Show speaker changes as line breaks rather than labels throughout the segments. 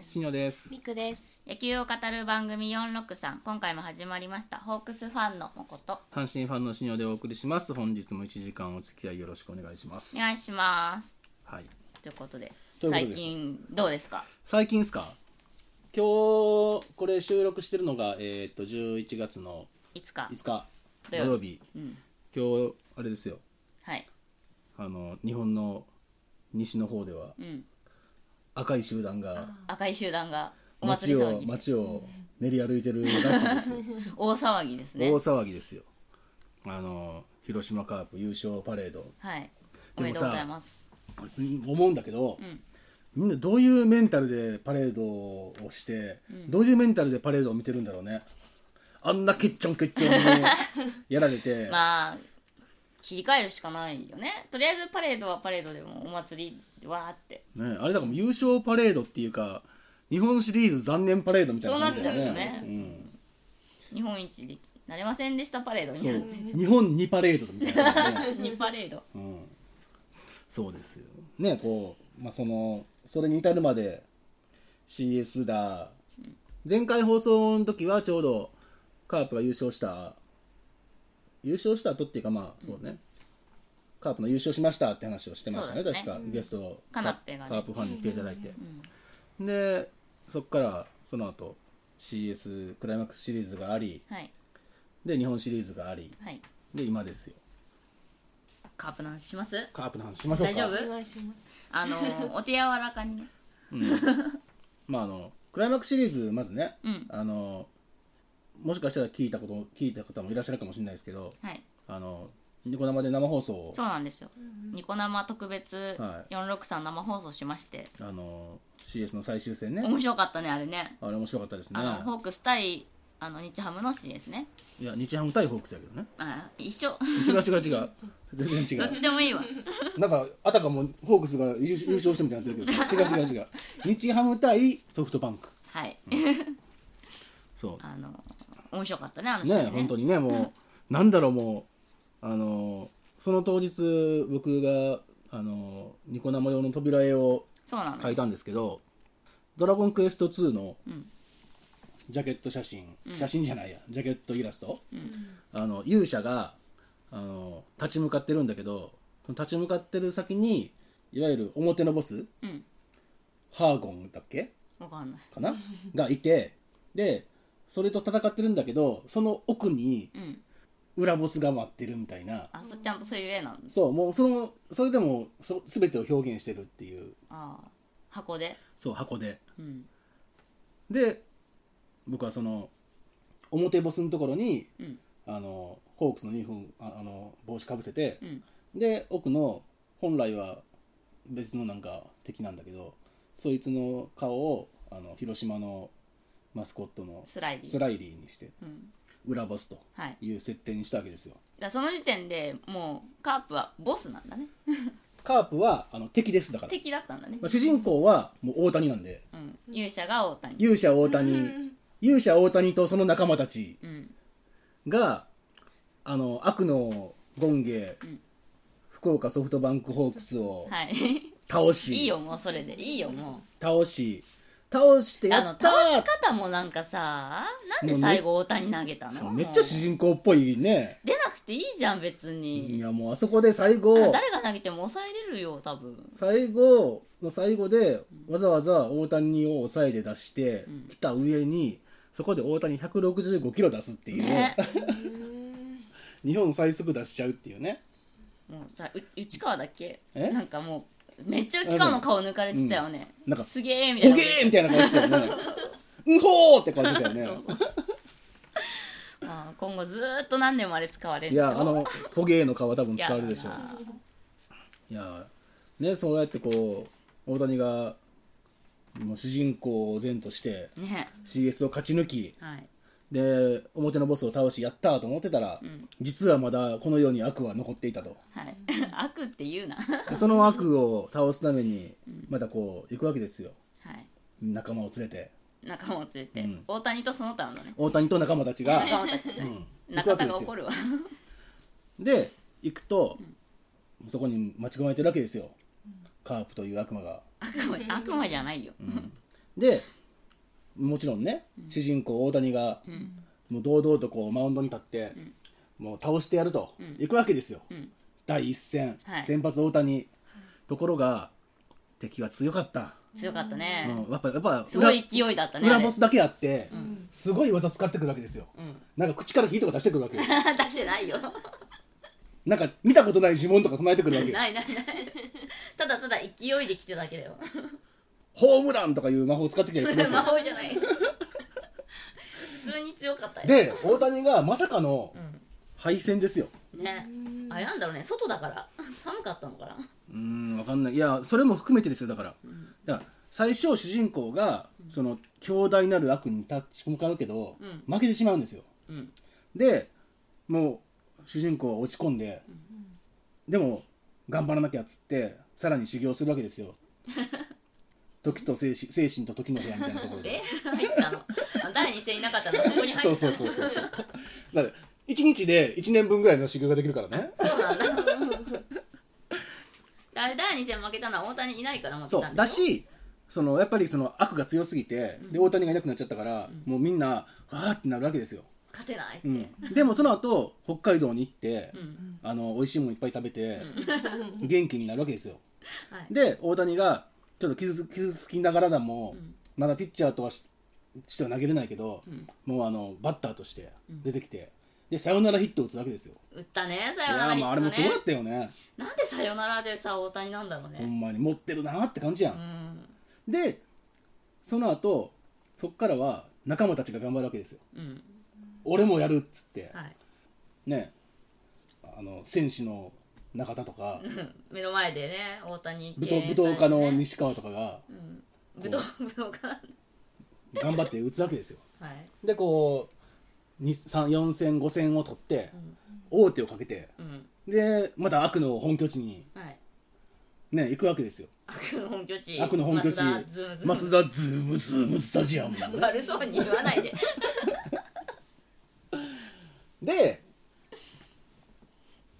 シノです
ミクです。
野球を語る番組463今回も始まりましたホークスファンのもこと
阪神ファンのシノでお送りします本日も1時間お付き合いよろしくお願いします
お願いします
はい
ということで
ということで
最近どうですか
最近ですか今日これ収録してるのがえーっと11月の
いつか
5日
土
土
曜
曜日
うん
今日あれですよ
はい
あの日本の西の方では
うん
赤い集団が
赤い集団がお祭
街
り
を
騒ぎで
街を練り歩いてるらしいですよ
大騒ぎです
大
ね
騒ぎですよあの広島カープ優勝パレード
はいお
で
め
も
でと
さ
うございます
俺す思うんだけど、
ん
みんなどういうメンタルでパレードをして、どういうメンタルでパレードを見てるんだろうねあんなけっちょんけっちょん にやられて、
まあ切り替えるしかないよねとりあえずパレードはパレードでもお祭りでわーって
ね、あれだからもう優勝パレードっていうか日本シリーズ残念パレードみたいな感じだよね
そうなっちゃうよね日本一でなれませんでしたパレードになっ
うんそう日本2パレードみたいなね、
て2 パレード
うん、そうですよねこう、まあ、そのそれに至るまで CS だ、前回放送の時はちょうどカープが優勝した優勝した後っていうかまあそうね、カープの優勝しましたって話をしてましたね
そうだね
確か、ゲスト
カナッペがね
カープファンに来ていただいて、でそこからその後 CS クライマックスシリーズがあり
はい
で日本シリーズがあり
はい
で今ですよ
カープの話します
カープの話しましょうか
大丈夫
お願いします。
あのーお手柔らかにね
まああのクライマックスシリーズまずね、
うん
あのもしかしたら聞いたこと聞いた方もいらっしゃるかもしれないですけど
はい
あのニコ生で生放送を
そうなんですよ、ニコ生特別
はい
463生放送しまして
あの CS の最終戦ね
面白かったねあれね
あれ面白かったですね
あのホークス対あの日ハムのシーンですね
いや日ハム対ホークスやけどね
あ一 緒
違う違う違う全然
ど
違
っちでもいいわ
うなんかあたかもホークスが優優勝したみたいになってるけど違う違う違う日ハム対ソフトバンク
はい、
そう
あの面白かったねあのシーン
ね
ね
本当にねもうなんだろうもうあのその当日僕があのニコ生用の扉絵を
そうなの
描いたんですけど「ドラゴンクエスト2」の
うん
ジャケット写真、
ん
写真じゃないやジャケットイラスト、
うん
あの勇者があの立ち向かってるんだけどその立ち向かってる先にいわゆる表のボス
うん
ハーゴンだっけ
分かんない
かながいてでそれと戦ってるんだけどその奥に
うん
裏ボスが待ってるみたいな
あそちゃんとそういう絵なんです
そうもうそのそれでもそ全てを表現してるっていう
ああ箱で
そう箱で
うん
で僕はその表ボスのところに
うん
あのホークスのユニフォームああの帽子かぶせて
う、ん
で奥の本来は別のなんか敵なんだけどそいつの顔をあの広島のマスコットの
スライディ
スライリーにして
うん
裏ボスと
はいだか
いう設定にしたわけですよ
らその時点でもうカープはボスなんだね
カープはあの敵ですだから、
敵だったんだね
まあ、主人公はもう大谷なんで
うん、勇者が大谷
勇者大谷勇者大谷とその仲間たち
うん
があの悪のゴンゲ、
ん
福岡ソフトバンクホークスを
はい
倒
い
し、
いよもうそれでいいよも
倒し倒して
う
や
あの
っ
倒
た
し方もなんかさなんで最後大谷投げた
そ
の
うめっちゃ主
も
人公っぽいね
う出なくていいじゃん別
い
に
やもうあそこで最後
誰が投げても抑えれるよ多分
最後の最後でわざわざ大谷を抑えて出して
うん
きた上にそこで大谷165キロ出すっていう、
ね
日本最速出しちゃうっていうね
もうさう内川だっけ
え
なんかもうめっちゃ内川の顔抜かれてたよね、
うんなんか
すげえみたい
ほ
な
げーみたいな顔してたよねうんほーって顔してたよね
まあ、今後ずーっと何年もあれ使われるん
い
でしょ
やあの捕鯨の皮多分使われるでしょ
いやだない
やねそうやってこう大谷がもう主人公を前として
ね
CS を勝ち抜き
はい
で表のボスを倒しやったーと思ってたら、
ん
実はまだこの世に悪は残っていたと
はい 悪って言うな
でその悪を倒すためにまたこう行くわけですよ
はい
仲間を連れて
仲間を連れて、
うん
大谷とその他のね
大谷と仲間たちが、
仲間たち
う
ね
ん行く
仲
わ
田
けで
が
す
怒
よ
るわ
で行くと、そこに待ち構えてるわけですよカープという悪魔が
悪魔悪魔じゃないよ、
でもちろんね、主人公大谷が、もう堂々とこうマウンドに立って、もう倒してやると、行くわけですよ、
ん
第一戦、
はい
先発大谷ところが敵は強かった、
強かった
う
ね、
ん、やっぱやっぱ
すごい勢いだったね
裏
あれ
ボスだけあって、すごい技使ってくるわけですよ、なんか口から火とか出してくるわけよ
出してないよ
なんか見たことない呪文とか唱えてくるわけよ
ないないないただただ勢いで来てただけだよ
ホームランとかいう魔法使ってきたりするわ け
魔
よ
法じゃない普通に強かったよ
で大谷がまさかの
ん
敗戦ですよ
ねあれなんだろうね外だから寒かったのかな
うーんわかんないいやそれも含めてですよだから,、だから最初主人公がその強大なる悪に立ち向かうけど、
う
負けてしまうんですよ
うん
でもう主人公は落ち込んで、でも頑張らなきゃっつってさらに修行するわけ ですよ時と精神精神と時の部屋みたいなところで
え入ってたのあ第二戦いなかったのそこに入ってた
そ
の
うそうそうそうそうだから1日で1年分ぐらいの修行ができるからね
そうなんだ あれ第二戦負けたのは大谷いないから負け
そ
た
うんだ
でしょ
しそのやっぱりその悪が強すぎて、で大谷がいなくなっちゃったから、もうみんなわーってなるわけですよ、
勝てないって、
うん、でもその後北海道に行って、
うん
あの美味しいものいっぱい食べて、元気になるわけですよ
はい、
で大谷がちょっと傷つ傷つきながらだも、
うん
まだピッチャーとはししては投げれないけど、
うん
もうあのバッターとして出てきて、でサヨナラヒットを打つわけですよ、
打ったねさ
い
よな
や
ら
ー
ヒ
もう
ッ
あれ
ト
もすご
ね
かったよね
なんでさよならでさ大谷なんだろう
ほ
ね
んまに持ってるなーって感じやん
う、ん
でその後そっからは仲間たちが頑張るわけですよ
うん
俺もやるっつって、
はい
ねあの戦士の中田とか
うん目の前でね大谷
武
敬
闘
遠
武闘家の
されてね
西川とかが
うん武道武道家なんだ
頑張って打つわけですよ
はい
でこうにさん4戦5戦を取って
うん
王手をかけて
うん
でまた悪の本拠地に
はい
ね行くわけですよ
悪の本拠地
悪の本拠地
松田ズームズーム
松田ズームズームスタジアム
悪そうに言わない で
で、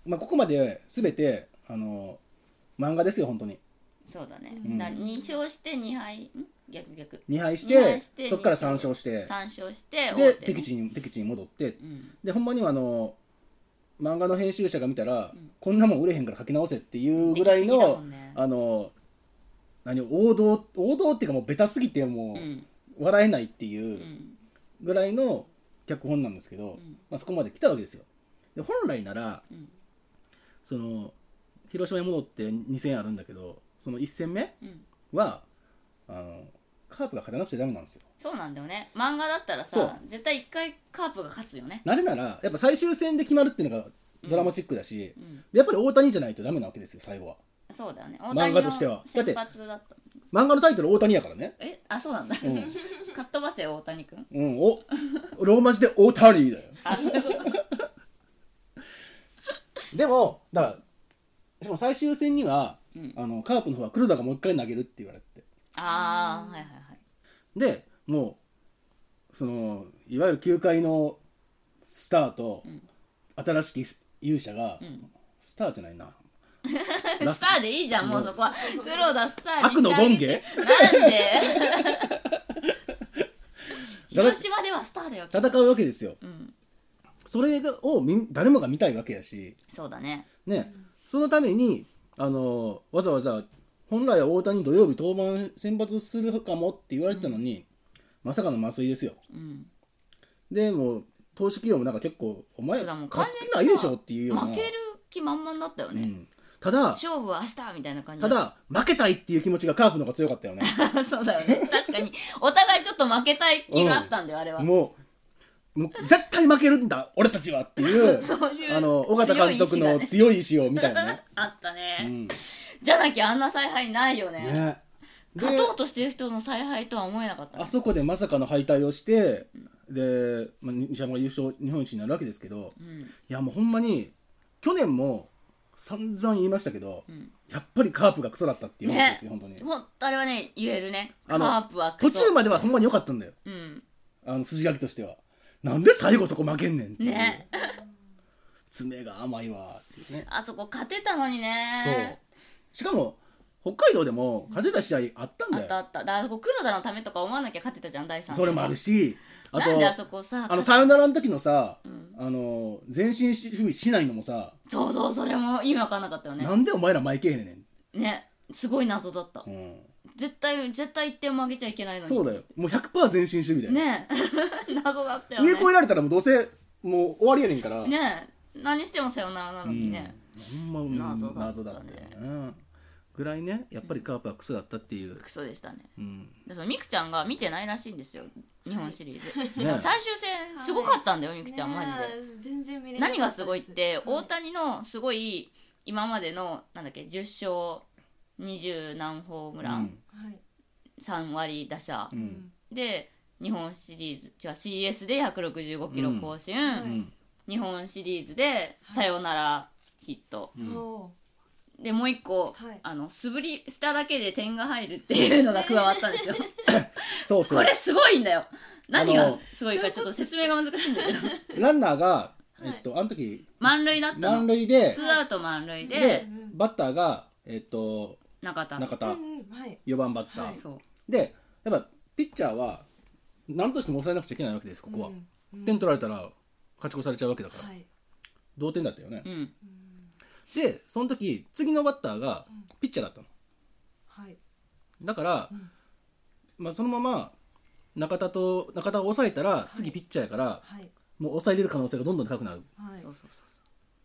まあ、ここまで全てあの漫画ですよ本当に
そうだね、
ん
だ2勝して2敗ん逆逆
2敗して
二敗して
そこから3勝して
3勝して
で
大手ね
敵地に敵地に戻っ
う
て
ん
でほんまにはあの漫画の編集者が見たら、こんなもん売れへんから書き直せっていうぐらい
できすぎだ
の、
もんね
あの何王道王道っていうかもうベタすぎても
うん
う笑えないって
う
いうんぐらいの脚本なんですけど、
ん
まあ、そこまで来たわけですよで本来なら
うん
その広島に戻って2戦あるんだけどその1戦目
うん
はあのカープが勝たなくちゃダメなんですよ
そうなんだよね漫画だったら
そ
さ絶対一回カープが勝つよね
なぜならやっぱ最終戦で決まるっていうのがドラマチックだし、
うん
やっぱり大谷じゃないとダメなわけですよ最後は
そうだよね
漫画としては
大谷の先発だった
漫画のタイトル大谷やからね
えあそうなんだ、
うん、
かっ飛ばせよ大谷君
うん、おローマ字で大谷だよ
あそういうこと
でもだからしかも最終戦には、
うん
あのカープの方は黒田がもう一回投げるって言われて
ああはいはいはい
でもうそのいわゆる球界のスターと、新しき勇者が、
ん
スターじゃな いなラ
スターでいいじゃんもうそこは黒田スターに
悪の権限
なんで広島ではスターだよ
戦うわけですよ
うん
それをみん誰もが見たいわけやし
そうだね
ね、そのためにあのわざわざ本来は大谷土曜日登板先発するかもって言われてたのに、まさかの麻酔ですよ
うん
でもう投手起用もなんか結構お前
そうだもう
勝つ気ないでしょっていうような
負ける気満々だったよ
う
ね、
ん、ただ
勝負は明日みたいな感じ
ただ負けたいっていう気持ちがカープの方が強 かったよね
だそうだよね確かにお互いちょっと負けたい気があったんだよあれは、
もうもう絶対負けるんだ俺たちはってい う
そういう
あの尾形監督の
強
強い意志をみたいなね
あったね、
うん
じゃなきゃあんな采配ないよね
ねで
勝とうとしてる人の采配とは思えなかったね
あそこでまさかの敗退をして、で、まあ、西山が優勝日本一になるわけですけど、
う
い
ん
やもうほんまに去年も散々言いましたけど、
ん
やっぱりカープがクソだったっていう話
ね
ですよ、本当に
ほんあれはね言えるねカ
あの
ープはク
途
ソ
中まではほんまに良かったんだよ
うん
あの筋書きとしてはなんで最後そこ負けんねんっていう、
ね
爪が甘いわーっていうね
あそこ勝てたのに
そう
ね
しかも北海道でも勝てた試合あったん
あ
だよ
ったあっただからあそこ黒田のためとか思わなきゃ勝てたじゃん第3
それもあるしあ
なんであ
と
そこさ
あの
勝
サヨナラの時のさ、あの前進し守備しないのもさ、
そうそうそれも意味わかんなかったよね
なんでお前ら前けえね
ねすごい謎だった
ん、うん、
絶対絶対1点もあげちゃいけないのに
そうだよもう100%前進守備だよ、
ね え謎だったよ
上
ね
越えられたらもうどうせもう終わりやねんから
ねえ何してもさよならな
う
のにね、
ん、ほんま
謎だったね
謎だったよねぐらいねやっぱりカープはクソだったっていう、
クソでしたね
うん、
でそのミクちゃんが見てないらしいんですよ日本シリーズ、
ねえ
最終戦すごかったんだよミクちゃんマジで、
で全然見れなか
何
た
がすごいっ
で
て
す
大谷のすごい今までのなんだっけ10勝20何ホームラン、
はい
3割打者
う、ん
で日本シリーズ違う CS で165キロ更新、
う
うん
日本シリーズでサヨナラヒット、
うん
お
でもう一個、
はい
あの素振りしただけで点が入るっていうのが加わったんですよ
そうそ
こ
う
れすごいんだよ何
あ
が
の
すごいかちょっと説明が難しいんだけど
ランナーが、えっと、あの時
満塁だった
満
の
塁で
ツーアウト満塁で
で
うん
バッターが、えっと、
中田
中
ー
田
うんうんはい
4番バッター、
はい
そう
でやっぱピッチャーは何としても抑えなくちゃいけないわけですここは、点取られたら勝ち越されちゃうわけだから、
はい
同点だったよね
う、ん
でその時次のバッターがピッチャーだったの
はい
だから、
うん
まあ、そのまま中田と中田を抑えたら
い
次ピッチャーやから、
はい
もう抑えれる可能性がどんどん高くなる
はい
そうそうそ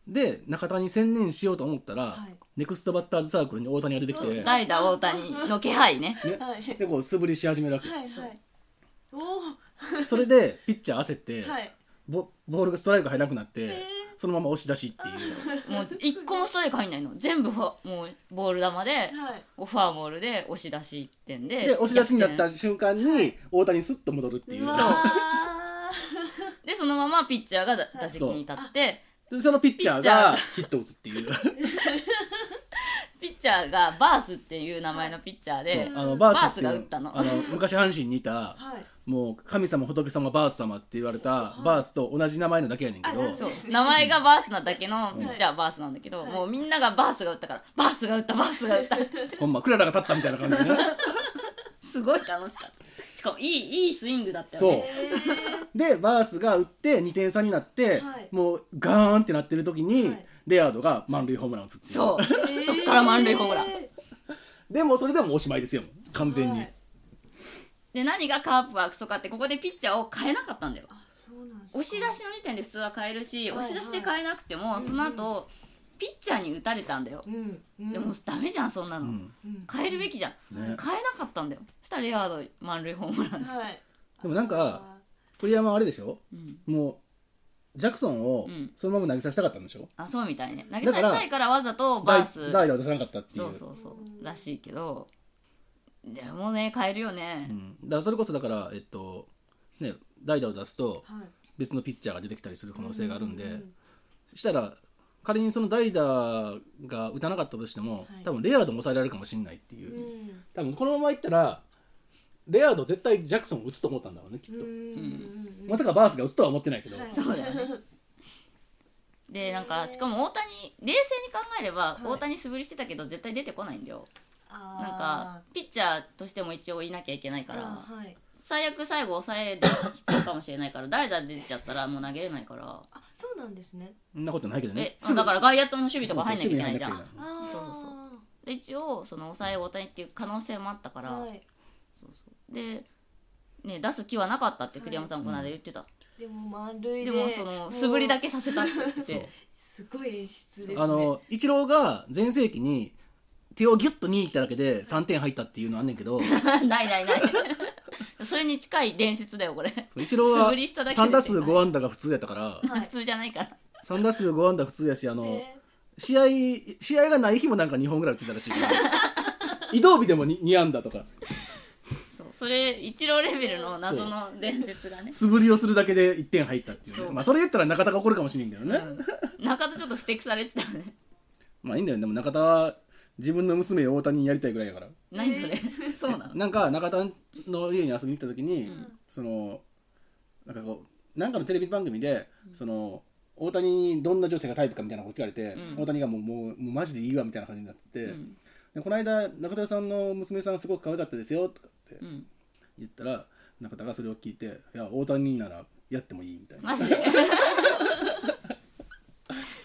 で中田に専念しようと思ったら、
はい
ネクストバッターズサークルに大谷が出てきて、
う代打大谷の気配ね
ね
はい
でこう素振りし始めるわけ、
はいはいおお
それでピッチャー焦って、
はい
ボボールがストライク入らなくなって、
ー
そのまま押し出しっていう
もう一個もストライク入んないの全部フォアもうボール球で、
はい
オファーボールで押し出し1点で
で押し出しになっ
逆
た
転
瞬間に大谷スッと戻るっていう
うわ
でそのままピッチャーがだ打席に立って
でそのピッチャーがヒットを打つっていう
ピッチャーがバースっていう名前のピッチャー
そ
で
うあのバースってい
バースが打
う
ったの
あの昔阪神にいた
ーはい
もう神様仏様バース様って言われたバースと同じ名前のだけやねんけ
あ
ど
そう名前がバースなだけのピッチャ
は
ーバースなんだけど、
はい
もうみんながバースが打ったからバースが打ったバースが打った
ほんまクララが立ったみたいな感じでね
すごい楽しかったしかもいいいいスイングだったよ
そ
ね
うでバースが打って2点差になって、
はい
もうガーンってなってる時に、
はい
レアードが満塁ホームランを打つっていう
そう
えー
そっから満塁ホームラン
でもそれでもおしまいですよ完全に、
はい
で何がカープはクソかってここでピッチャーを変えなかったんだよ
あそうなんですか
押し出しの時点で普通は変えるし、
はいはい
押し出しで変えなくても、その後ピッチャーに打たれたんだよ、
うんうん
でもダメじゃんそんな
う
の、
ん
うん
変えるべきじゃん、
ね
変えなかったんだよそしたらレアード満塁ホームランです、
はい
でもなんか栗山はあれでしょ
うん、
もうジャクソンを
うん
そのまま投げさせたかったんでしょ、
あそうみたいね投げ
だ
さ
か
せ
ら
たいからわざとバ
代
ース
代打を出さなかったってい
そ
う
うそうそうらしいけどでもね変えるよね
う、んだからそれこそだからえっとね代打を出すと
はい
別のピッチャーが出てきたりする可能性があるんで、
う
したら仮にその代打が打たなかったとして
は
も、
い
多分レアードも抑えられるかもしれないっていう、
うん
多分このままいったらレアード絶対ジャクソンを打つと思ったんだろうねきっ
うん
と、
うんうん
まさかバースが打つとは思ってないけど、
はい
そうだよねでなんかしかも大谷冷静に考えれば
い
大谷素振りしてたけど絶対出てこないんだよ、
あー
なんかピッチャーとしても一応いなきゃいけないから、
あーはい
最悪最後抑える必要かもしれないから代打出ちゃったらもう投げれないから
あそうなんですね
そんなことないけどね
えだから外野との守備とか入んなきゃいけないじゃ
そうそ
ん
う守備に入んなき
あー
ゃいけない
そうそうで一応その抑え大谷っていう可能性もあったから、
はい
で、ね、出す気はなかったって栗山さんこの間言ってた、
でも満塁で
でもその素振りだ
け
けさせたって言っ
そう
て
すごい演出ですね
あのイチローが全盛期に手をギュッと握っただけで3点入ったっていうのあんねん けど
ないないないそれに近い伝説だよこれ
イチロー
素
は
振りしただけで
3打数5安打が普通やったから
はい
普通じゃないから
3打数5安打普通やしあの、
え
試合試合がない日もなんか2本ぐらい打ってたらし いから移動日でも 2, 2安打とか
そうそれ一郎レベルの謎の伝説がね
素振りをするだけで1点入ったっていうね
そう
まあそれ言ったら中田が怒るかもしれんけどね、
中田ちょっと不適されてたよね
まあいいんだよでも中田は自分の娘を大谷にやりたいぐらいやから
何それそうなの
なんか中田の家に遊びに行った時に、そのなんかこうなんかのテレビ番組で、その大谷にどんな女性がタイプかみたいなこと聞かれて、
うん
大谷がもうもうもうマジでいいわみたいな感じになってて、
うん
でこの間中田さんの娘さんすごく可愛かったですよとかって
うん
言ったら中田がそれを聞いて「いや大谷にならやってもいい」みたいな、
マジで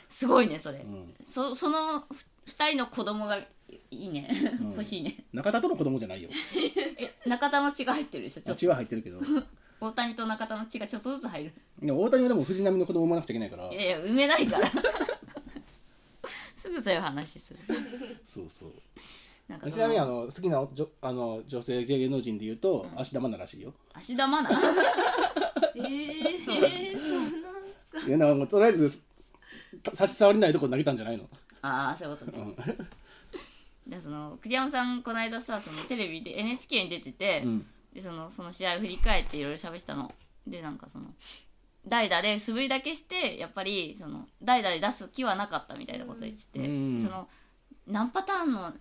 すごいねそれ、
うん
そそのふ二人の子供がいいね、
うん
欲しいね
中田との子供じゃないよ
中田の血が入ってるでしょちょっと
血は入ってるけど
大谷と中田の血がちょっとずつ入る
でも大谷はでも藤浪の子供産まなくちゃいけないから
いやいや埋めないからすぐそういう話する
そうそう
なんか
ち
そ
なみにあ
の
の好きなじょあの女性芸能人で言うと芦田愛菜らしいよ
芦田愛菜
えー、そうなんです か
いやなんかもうとりあえずた差し障りないとこ投げたんじゃないの
ああそういうことね、でその栗山さんこの間さそのテレビで NHK に出てて、
うん
でそのその試合を振り返っていろいろ喋ってたのでなんかその代打で素振りだけしてやっぱりその代打で出す気はなかったみたいなこと言ってて、
うん
その何パターンの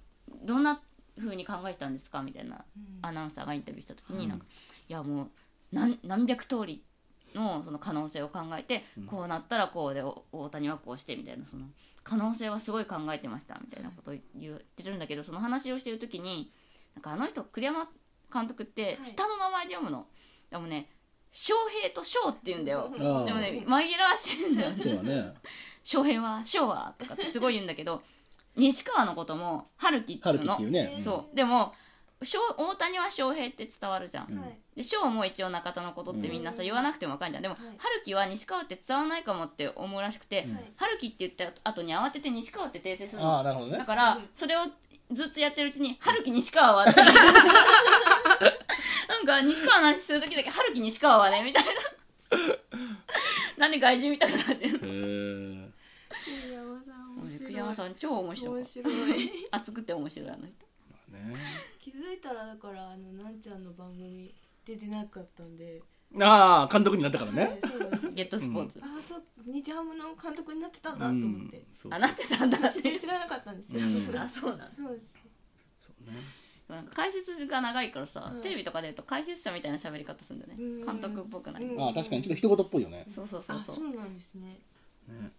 どんな風に考えてたんですかみたいな
うん
アナウンサーがインタビューした時になんか、いやもう何何百通りのその可能性を考えて、こうなったらこうでお大谷はこうしてみたいなその可能性はすごい考えてましたみたいなことを言ってるんだけどその話をしてる時になんかあの人栗山監督って
はい
下の名前で読むの、でもね翔平と翔って言うんだよ
あ
で
ー
もね紛らわしいんだよ
そうだね
翔平は翔はとかってすごい言うんだけど西川のことも春樹ってい
春
う
樹っ
の
ていうね
そうでも翔大谷は翔平って伝わるじゃん、
うん
はい
で翔も一応中田のことってみんなさ、
うん
言わなくてもわかんじゃんでも、
はい
春樹は西川って伝わらないかもって思うらしくて、
うん
はい
春樹って言った後に慌てて西川って訂正する
あ
の
あなるほど
だ
ね
からそれをずっとやってるうちに「春樹西川は」って なんか西川の話する時だけ「春樹西川はね」みたいな何外人みたいになってる
へえ
栗山さん面白い
栗山さん超面白い
面白い
熱くて面白いあの人
ね
気づいたらだからあのなんちゃんの番組出てなかったんで
ああ監督になったから
はい
ね
そうなんです
ゲットスポーツ、
ああそう日ハムの監督になってたん
う
だと思って
ん、そう
あなってた んだ
全然知らなかったんですよ、
うん
あ そうなん
そうです
そうね
なんか解説が長いからさ、
うん
テレビとかで言うと解説者みたいな喋り方するんだよね、
うん
監督っぽくない、
うん
ああ確かにちょっと一言っぽいよね
そうそうそう
あ
そ
そううなんですね
ね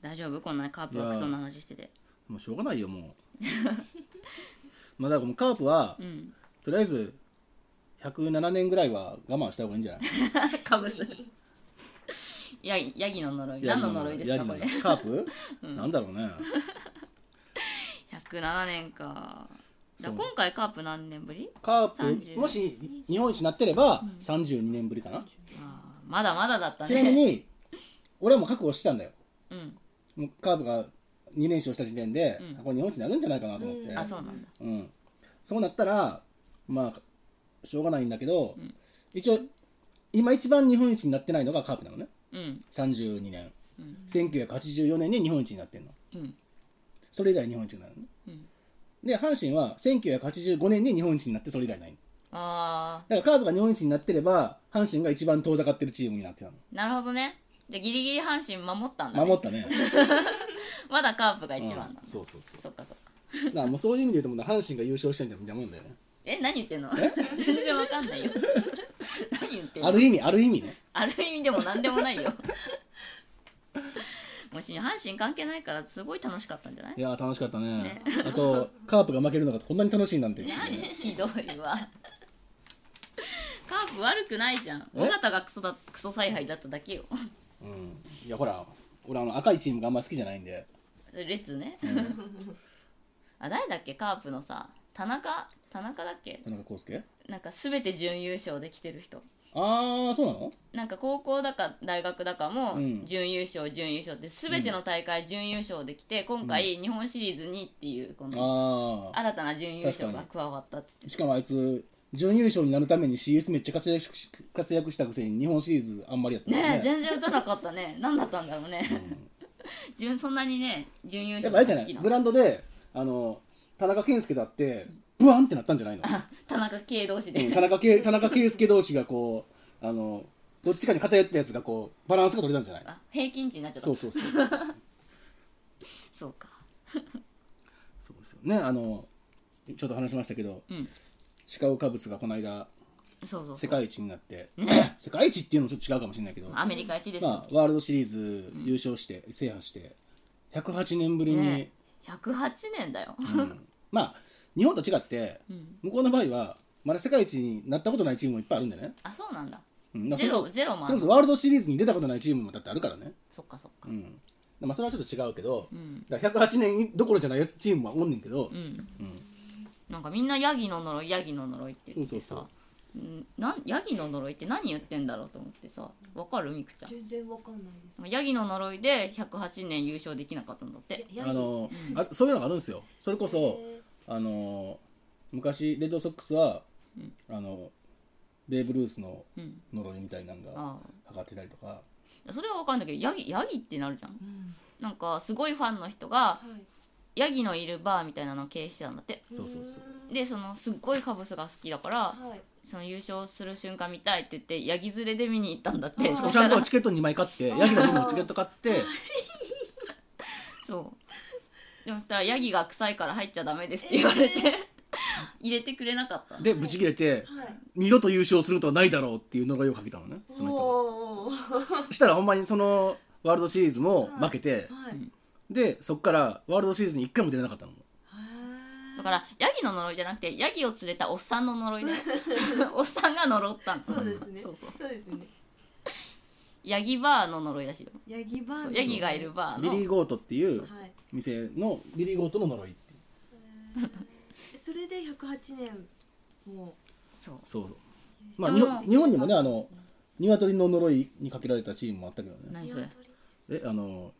大丈夫こんなカープワークそんな話してて
もうしょうがないよもうまあだからもうカープは
うん
とりあえず107年ぐらいは我慢した方がいいんじゃない
かぶ すヤギヤギの呪い何の呪いですかこれ
ヤギのカープ、なんだろうね
107年かだ
そう
今回カープ何年ぶり
カー
30
プもし日本一になってれば32年ぶりかな、
あーまだまだだったね
ちなみに俺はもう覚悟してたんだよ
うん
もうカープが2連勝した時点で、
うん
これ日本一になるんじゃないかなと思って、
う
うんん
あそうなんだ
そうなったらまあしょうがないんだけど、一応今一番日本一になってないのがカープなのね
うん
32年、
うん
1984年に日本一になってんの
うん
それ以来日本一になるのね
うん
で阪神は1985年に日本一になってそれ以来ないの
あ
だからカープが日本一になってれば阪神が一番遠ざかってるチームになってたの
ーなるほどねじゃあギリギリ阪神守ったんだ、ね、
守ったね
まだカープが一番なんだ、
うんそうそうそう
そっかそっか
だからもうそういう意味で言うともう阪神が優勝してるみたいなもんだよね
え何言ってんの全然わかんないよ 何言ってんの
ある意味ある意 味ね
ある意味でも何でもないよ もし阪神関係ないからすごい楽しかったんじゃない
いやー楽しかったねあとカープが負けるのがこんなに楽しいなんてっていうね
ひどいわカープ悪くないじゃん
え
尾形がクソだクソ采配だっただけよ
うんいやほら俺あの赤いチームがあんま好きじゃないんで
レッツね、あ誰だっけカープのさ田中田中だっけ
田中康介
なんか全て準優勝できてる人
ああそうなの
なんか高校だか大学だかも
うん
準優勝、準優勝って全ての大会準優勝できて、今回日本シリーズにっていうこの
ああ
新たな準優勝が
確
加わったっつって
しかもあいつ準優勝になるために CS めっちゃ活躍し活躍したくせに日本シリーズあんまりやったから
ねえ全然打たなかったね 何だったんだろうね、 準そんなにね準優
や
勝
っぱあれじゃない
な
グラウンドであの田中健介だってブワンってなったんじゃないの、
田中圭同士で、
うん田 中圭田中圭介同士がこうあのどっちかに偏ったやつがこうバランスが取れたんじゃない
あ平均値になっちゃった
そうそうそうそう
そうか
ですよねあのちょっと話しましたけど
うん
シカゴカブスがこの間
そうそうそ
世
う
界一になって、 世界一っていうのもちょっと違うかもしれないけど、ま
アメリカ一ですよ、
あ、ワールドシリーズ優勝して、制覇して108年ぶりに、
ねえ108年だよ、
うんまあ日本と違って
うん
向こうの場合はまだ世界一になったことないチームもいっぱいあるんでね、
あそうなんだ
うん、だか
ゼ
らそ
ロ
れこ
ゼロもあ
そそれ
る
こそワールドシリーズに出たことないチームもだってあるからね、
そっかそっか
うんまあ、それはちょっと違うけど、
うん
だから108年どころじゃないチームはおんねんけど、
うん
うん
なんかみんなヤギの呪いヤギの呪いって言って
そう
さうんなんヤギの呪いって何言ってんだろうと思ってさわかるみくちゃん
全然わかんないです
ヤギの呪いで108年優勝できなかったんだって
や
あのあそういうのがあるんですよそれこそ
え
あの昔レッドソックスは、あのベーブ・ルースの
うん
呪いみたいなのが
あ
測ってたりとか
あそれはわかんないけどヤギヤギってなるじゃん
ーうん
なんかすごいファンの人が
はい
ヤギのいるバーみたいなのを経営してたんだって
そうそうそう
ーん
でそのすっごいカブスが好きだから
はい
その優勝する瞬間見たいって言ってヤギ連れで見に行ったんだっ
あ
て
ー
そ
お
し
ちゃ
た
んと
ら
チケット2枚買ってヤギの分もチケット買って
そうでもそしたらヤギが臭いから入っちゃダメですって言われて、 入れてくれなかった
でブチ切れて
はい
二度と優勝するとはないだろうっていう呪いをかけたのねその人
おー
がしたらほんまにそのワールドシリーズも負けて、
はい
うん
でそっからワールドシリーズに1回も出れなかったの
へー
だからヤギの呪いじゃなくてヤギを連れたおっさんの呪いね おっさんが呪ったん
そうですね
そうそう
そうですね
ヤギバーの呪いらしいよ
ヤギバー
そう
ン
ヤギがいるバー
ビリー・
の
ゴートっていう
はい
店のビリー・ゴートの呪いっていう
えそれで108年も
そう
そう
う
まあ
日本
日本にもねあの鶏の呪いにかけられたチームもあったけどね
何それ
鶏
えあの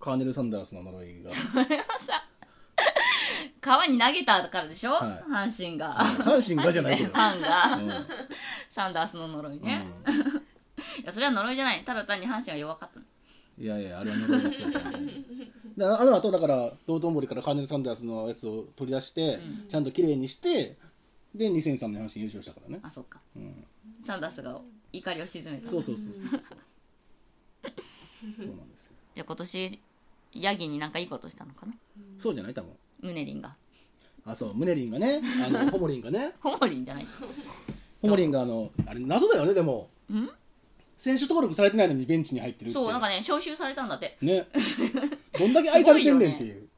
カーネル・サンダースの呪 いが
川に投げたからでしょ、
は
阪神が
阪神がじゃないけ ど
フ、ァン
う
が
ん
サンダースの呪いね、いやそれは呪いじゃないただ単に阪神が弱かったの
うんいやいやあれは呪いです よ完全にだあの後だから道頓堀からカーネル・サンダースのやつを取り出して、ちゃんと綺麗にしてで2003年阪神優勝したからね、
あそっか
うん、
サンダースが怒りを鎮めた
そうそうそうそうそうそうなんですよ
じゃあ今年ヤギになんかいいことしたのかな
そうじゃない多分
ムネリンが
あそうムネリンがねあ のホモリンがね
ホモリンじゃない
ホモリンがあのあれ謎だよねでも
ん
選手登録されてないのにベンチに入ってるって
そうなんかね招集されたんだって
ねどんだけ愛されてんねんっていう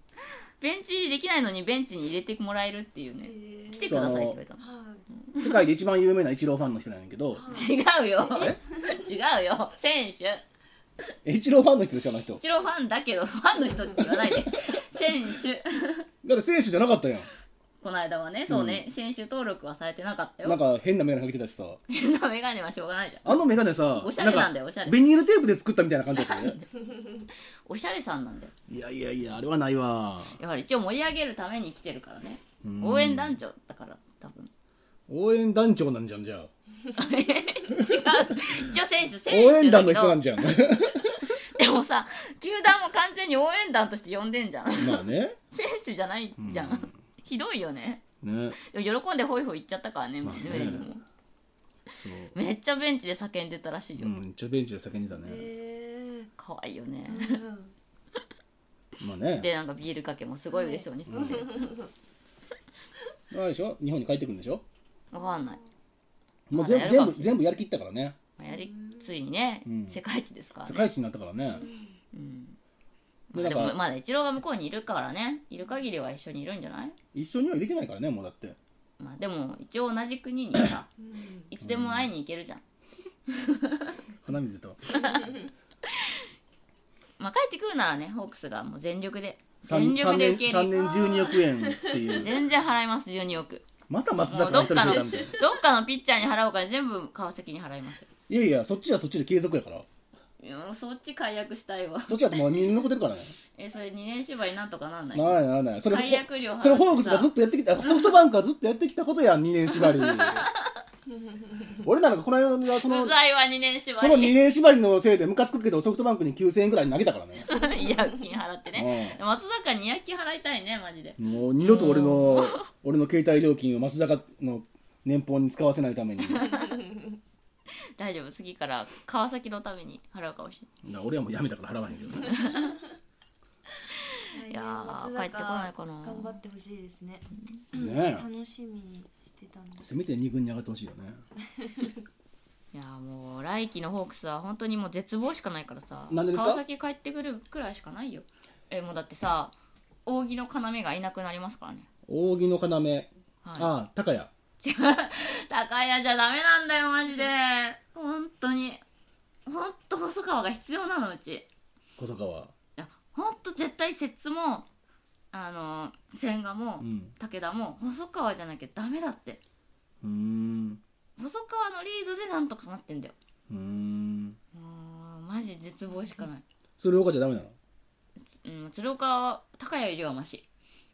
ベンチできないのにベンチに入れてもらえるっていうね
えー
来てくださいって言われたの
はい
世界で一番有名なイチローファンの人なんやけど
違うよ違うよ選手
えイチローファンの人でしょあの人だ
一郎ファンだけどファンの人って言わないで選手
から選手じゃなかったやん
この間はねそうね、選手登録はされてなかった
なん
よ
か変な眼鏡かけてたしさ
変な眼鏡はしょうがないじゃん
あの眼鏡さ
おしゃれなんだよおしゃれ
ベニールテープで作ったみたいな感じだったね
おしゃれさんなんだよ
いやいやいやあれはないわ
やはり一応盛り上げるために来てるからね
うん
応援団長だから多 分
応援団長なんじゃんじゃあ
違う一応選手選手
応援団の人な
だ
ん
け
じゃん
どでもさ球団も完全に応援団として呼んでんじゃん
まあね
選手じゃないじゃん、ひどいよね
ね
でも喜んでホイホイ行っちゃったからね,、
まあね
ムネリンも
そう
めっちゃベンチで叫んでたらしいよ、
うんちょっとベンチで叫んでたね
え
かわいいよね、
ーうん
まあね
でなんかビールかけもすごい嬉しそうにしてて、
あれでしょ日本に帰ってくるんでしょ
わかんない
も
ま
う全
あや
全
るかも
部
しれない
全部やりきったからね
まあやりついにね、
うん
世界一ですから
世
ね
界一になったからね
うんま
で
あ、
だ
で
から
もまだイチローが向こうにいるからねいる限りは一緒にいるんじゃない、
一緒にはできないからねもうだって
まあ、でも一応同じ国にさ
うん
いつでも会いに行けるじゃん、
鼻水と
まあ、帰ってくるならねホークスがもう全力で全
三
力
三
で
年
受け
三
入れ
年12億円っていう
全然払います12億
また松
も
坂
う
が
どっ
一人
か
増
の
え
ど
たみたいな
っかのピッチャーに払おうから全部川崎に払いますよ
いやいやそっちはそっちで継続やから
うんそっち解約したいわ
そっちはもう2年残ってるからね
えそれ2年縛りなんとかなんない
ならないならないそれ
解約料払ってさ
それホークスがずっとやってきたソフトバンクがずっとやってきたことやん2年縛り俺なんかこの間そうの
ざいは2年縛
その2
り
年縛りのせいでムカつくけどソフトバンクに9000円ぐらい投げたからね
違約金払ってね松坂に違約金払いたいねマジで
もう二度と俺の俺の携帯料金を松坂の年俸に使わせないためにだか
大丈夫次から川崎のために払うかもしれ
ら俺はもうやめたから払わへんけどね
いや
来
ー
年松
帰ってこないかな
頑張ってほしいですね
ねえ
楽しみにしてたんです
せめて2軍に上がってほしいよね
ないいやーもう来季のホークスは本当にもう絶望しかないからさ
なんでですか
川崎帰ってくるくらいしかないよえもうだってさ扇の要がいなくなりますからね
扇の要、
は
ああ高谷
い、高谷じゃダメなんだよマジで本当に本当細川が必要なのうちい
細川
や本当絶対摂もあの千賀も
うん
武田も細川じゃなきゃダメだって
うーん
細川のリードでなんとかなってんだよ
うーん
もうマジ絶望しかない、
鶴岡じゃダメなの
うん、鶴岡は高谷よりはマシ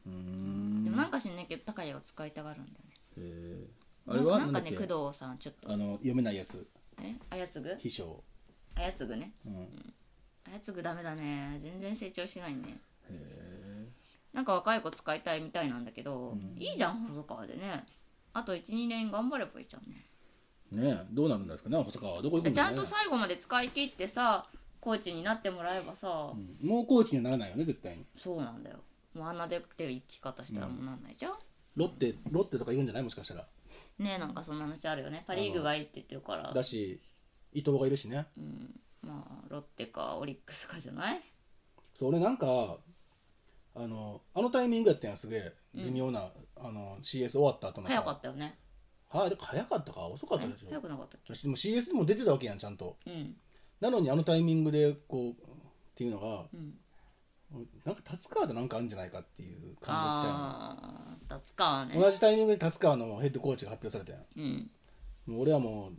うー
でもなん
ん
か知んないけど高谷を使いたがるんだよね
えーあれは
な
なんん
か
だ
ね
っけ
工藤さんちょっと
あの読めないやつ
えあやつぐ
秘書
あやつぐね
うん
あやつぐダメだね全然成長しないね
へえ
なんか若い子使いたいみたいなんだけど、
うん
いいじゃん細川でねあと12年頑張ればいいじゃんね
ねえどうなるんですかね細川はどこ行くん
ち
だろ
ゃ
うんね
と最後まで使い切ってさコーチになってもらえばさ、
うんもうコーチにはならないよね絶対に
そうなんだよもうあんなでって生き方したらもうなんないじゃん、
ロッテロッテとか言うんじゃないもしかしたら
ねえなんかそんな話あるよねパ・リーグがいいって言ってるから
だし伊藤がいるしね
うんまあロッテかオリックスかじゃない
そう俺なんかあのあのタイミングやったやんすげえ微妙な、あの CS 終わった後のさ
早かったよね
は早かったか遅かった
え
でし
早
ょ
くなかったっけ
でも CS も出てたわけやんちゃんと
うん
なのにあのタイミングでこうっていうのが
うん
なんか達川となんかあるんじゃないかっていう感じちゃ
ああ達川
う
ね
の同じタイミングで達川のヘッドコーチが発表されたやん
うん
もう俺はも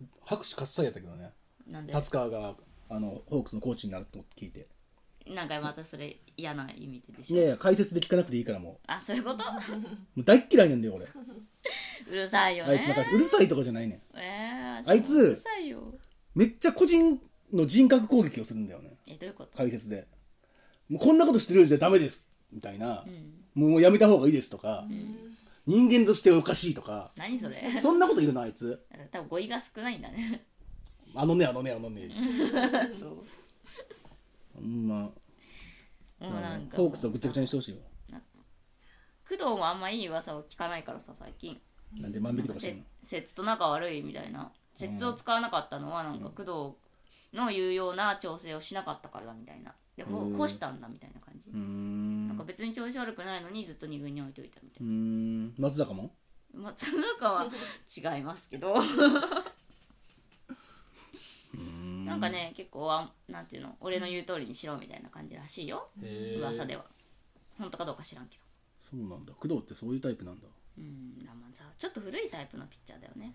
う拍手喝采やったけどね
なんで
達川があのホークスのコーチになると聞いて
なんかまたそれ嫌な意味ででし
い
ょ、
やいや解説で聞かなくていいからも
あそういうこと
うもう大っ嫌いなんだよ俺
うるさいよ
あいつの
ね
解説うるさいとかじゃないねん
えー
あいつ
そううるさいよ
めっちゃ個人の人格攻撃をするんだよね
えどういうこと
解説でもうこんなことしてるじゃダメですみたいな
う、ん
もうやめた方がいいですとか、人間としておかしいとか
何それ
そんなこと言うのあいつ
多分語彙が少ないんだね
あのねあのねあのね
そう
ほんま
もうなんか
ホークスをぐちゃぐちゃにしてほしいよ
工藤もあんまいい噂を聞かないからさ最近
なんで万引きとかしてんの
せ節と仲悪いみたいな節を使わなかったのはなんか工藤の言うような調整をしなかったからだみたいなでほ
うん
干したんだみたいな感じ
うー
なん
ん
か別に調子悪くないのにずっと二軍に置いといたみた
う
い
ーん松坂も
な松中は違いますけどなんかね結構あなんていうの俺の言う通りにしろみたいな感じらしいよ噂では本当かどうか知らんけど
そうなんだ工藤ってそういうタイプなんだ
うんまあまあさちょっと古いタイプのピッチャーだよね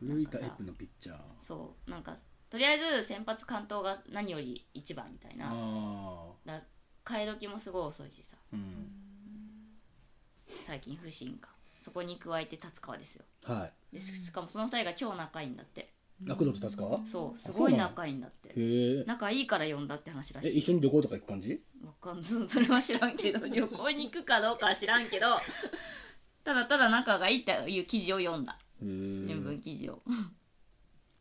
古いタイプのピッチャー
そうなんかとりあえず先発完投が何より一番みたいな
ああ
だ替え時もすごい遅いしさ
うん
最近不信感そこに加えて達川ですよ
は
でししかもその2人が超仲いいんだって
いあ工藤と立川へ
そうす
そう
ごい
なの
仲いいんだって
え
仲いいから呼んだって話らし
え
い
一緒に旅行とか行く感じ
わかん ないそそれは知らんけど 旅行に行くかどうかは知らんけどただただ仲がいいっていう記事を読んだ
へえ
新聞記事を、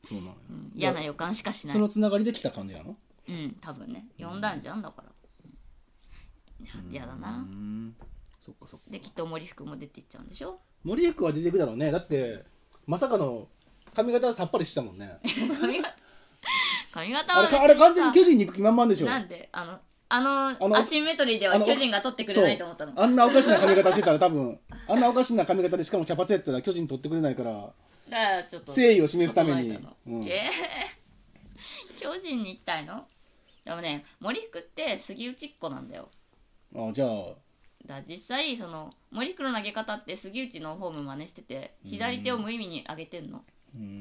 そうなんや
うん嫌な予感しかしない
そのつながりで来た感じなの
うん多分ね読んだんじゃんだからうんいや嫌だ
うー
なん
そっかそっか
できっと森福も出ていっちゃうんでしょ
森江君は出てくだろうねだってまさかの髪型さっぱりしてたも んね
髪型髪型は
あれ
別
かあれ完
に
全
さ
に巨人に行く気満々でしょ
なんであのあ
あ
の
の
アシンメトリーで
あ
は
の
巨人が取ってくれないと思ったの
そうあんなおかしな髪型してたら多分あんなおかしな髪型でしかも茶髪やったら巨人取ってくれないから
だからちょっと
誠意を示すために
整えたの
うん
えー 巨人に行きたいのでもね森福って杉内っ子なんだよ
あじゃあ
だから実際その森福の投げ方って杉内のフォーム真似してて左手を無意味に上げてんの、
うん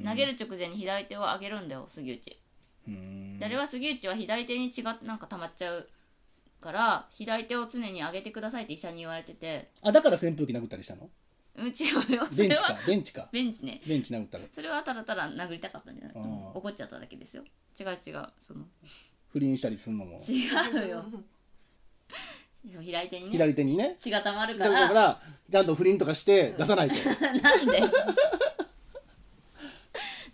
投げる直前に左手を上げるんだよ杉内、
うん
であれは杉内は左手に血がなんか溜まっちゃうから左手を常に上げてくださいって医者に言われてて
あだから扇風機殴ったりしたの
うん違うよそ
ベン
れ
チか
は
ベンチか
ベンチね
ベンチ殴ったら
それはただただ殴りたかったんじゃない、
あ
う
ー
ん怒っちゃっただけですよ違う違うその
不倫したりするのも
違うよ左手にね
左手にね
血が溜まる
だ
か
かららちゃんと不倫とかして出さないと
なんで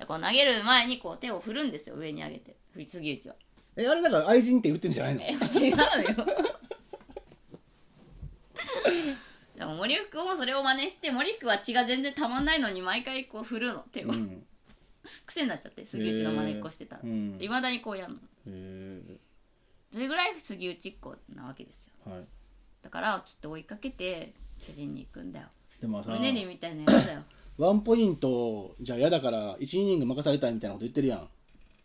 こう投げる前にこう手を振るんですよ上に上げて杉内は
えあれだから愛人って言ってんじゃないの
え違うよ でも森福もそれを真似して森福は血が全然たまんないのに毎回こう振るの手を、
うん
癖になっちゃって杉内の真似っこしてたら
へーうん
いま、未だにこうやるの
へ
それぐらい杉内っ子なわけですよ
えはい
だからきっと追いかけて巨人に行くんだよ
でもさ
胸にみたいなやつだよ
ワンポイントじゃ嫌だから1イニング任されたいみたいなこと言ってるやんあ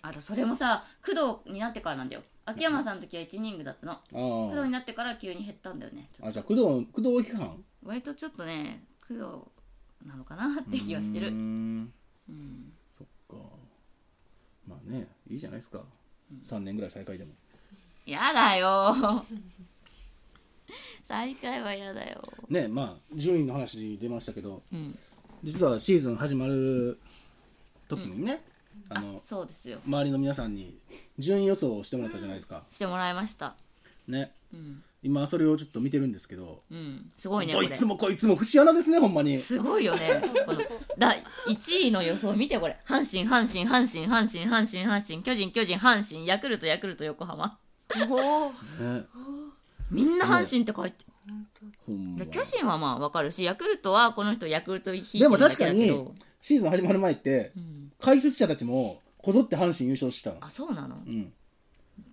あとそれもさ工藤になってからなんだよ秋山さんの時は1イニングだったの工藤
あ
になってから急に減ったんだよねちょっ
あじゃあ工藤工藤批判
と割とちょっとね工藤なのかなって気はして
うー
る
ん
うん
そっかまあねいいじゃないですか、3年ぐらい再開でも
やだよ 最下位はやだよ
ねまあ順位の話出ましたけど
うん
実はシーズン始まる時にね、あ
あ
の
そうですよ
周りの皆さんに順位予想をしてもらったじゃないですか、
してもらいました
ね
うん
今それをちょっと見てるんですけど
うんすごいねこ
ど
れ
いつもこいつも節穴ですねほん まに
すごいよね。このだ1位の予想見てこれ。阪神、阪神、阪神、阪神、阪神、阪神、巨人、巨人、阪神、ヤクルト、ヤクルト、横浜。
おお
ね
みんな阪神って書いて。
ほんま
巨人はまあわかるし、ヤクルトはこの人ヤクルト引いて
でも
るだ
確
け
か
だけど。
にシーズン始まる前って
うん
解説者たちもこぞって阪神優勝してたの
あ、そうなの
うん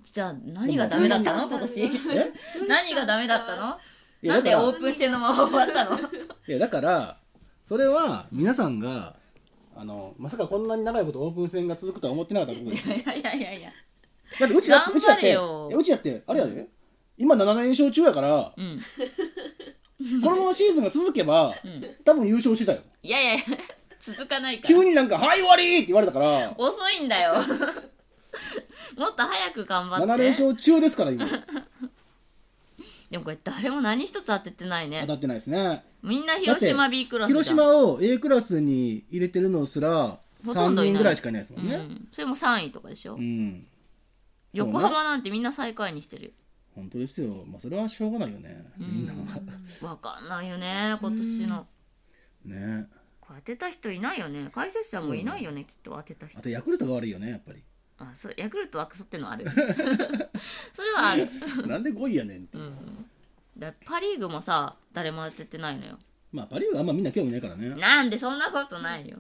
じゃあ何がダメだったの
でも
今年。
え
何がダメだったの
い
な
や
ん
だ
で
か
オ
ら
ープン戦のまま終わったの
いやだからそれは皆さんがあのまさかこんなに長いことオープン戦が続くとは思ってなかったってことです
いやいやいやいや。
だってうちだってうちだ
頑張
っ
れ
て
よ
いやうちだってあれやで今7連勝中やから
うん。
このままシーズンが続けば
うん。
多分優勝してたよ
いやいやいや、続かないから
急。になんか「はい終わり!」って言われたから
遅いんだよもっと早く頑張
7
って
連勝中ですから今
でもこれ誰も何一つ当ててない
当
ね
たってないですね
みんな広島
だって
B クラスじゃん
広島を A クラスに入れてるのすら
ほとんどいな
3
い
人ぐらいしかいないですもん
う
ね
ん、それも3位とかでしょ、
うん
横浜なんてみんな最下位にしてるよ
本当ですよまあそれはしょうがないよねみんなは
わかんないよね今年の、
ね
これ当てた人いないよね解説者もいないよねきっと当てた人
あとヤクルトが悪いよねやっぱり
あそうヤクルトはクソってのはある それはある、
なんで5位やねんって
うん、だパ・リーグもさ誰も当ててないのよ
まあパ・リーグはあんまみんな興味ないからね
なんでそんなことないよ。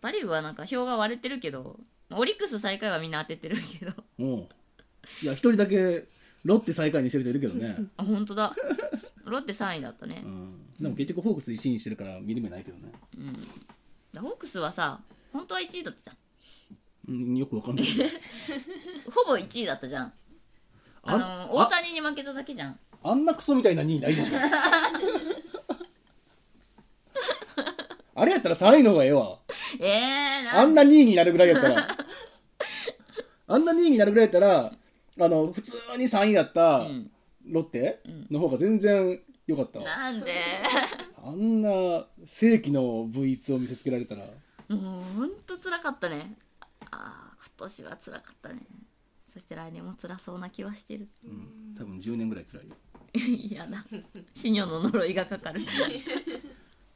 パ・リーグはなんか票が割れてるけど、オリックス最下位はみんな当ててるけど。
もういや一人だけロッテ最下位にしてる人いるけどね、
あ、本当だ。ロッテ3位だったね
う。ん、でも結局ホークス1位にしてるから見る目ないけどね、
ホークスはさ、本当は1位だったじゃん。
うん、よくわかんないけど
ほぼ1位だったじゃん。 あの、大
あ
谷に負けただけじゃん。
あんなクソみたいな2位ない でしょあれやったら3位の方がええわ
えー、な
あ
ん
んな2位になるぐらいやったらあんな2位になるぐらいやったらあの普通に3位やった
ん
ロッテの方が全然良かったわ、
なんで
あんな世紀の V2 を見せつけられたら
もうほんと辛かったね。ああ、今年は辛かったね。そして来年も辛そうな気はしてる。
多分10年ぐらい辛いよ
嫌だ。死女の呪いがかか るし。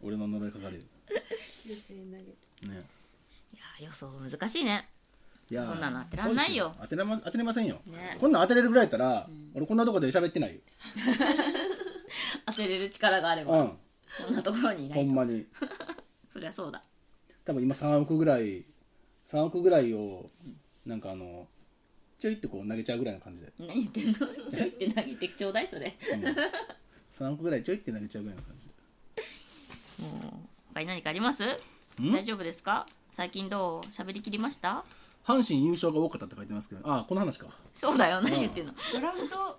俺の呪いかかるよ
予選投げて
ね
いや、予想難しいね。
いやー
こんなの当てらんないよ
そうです当てれま当てれませんよ、
ね
こんなん当てれるぐらいやったら、俺こんなとこで喋ってないよ
当てれる力があれば。
うん
こんなところにいな
ほ
い
んまに
そりゃそうだ
多分今3億ぐらい3億ぐらいをなんかあのちょいっとこう投げちゃうぐらいの感じで
何言ってんのそう言って投げてちょうだいそれ
3億ぐらいちょいって投げちゃうぐらいの感じ
もう他に何かあります大丈夫ですか最近どう喋りきりました
阪神優勝が多かったって書いてますけどあこの話か
そうだよ何言ってんの
ドラフト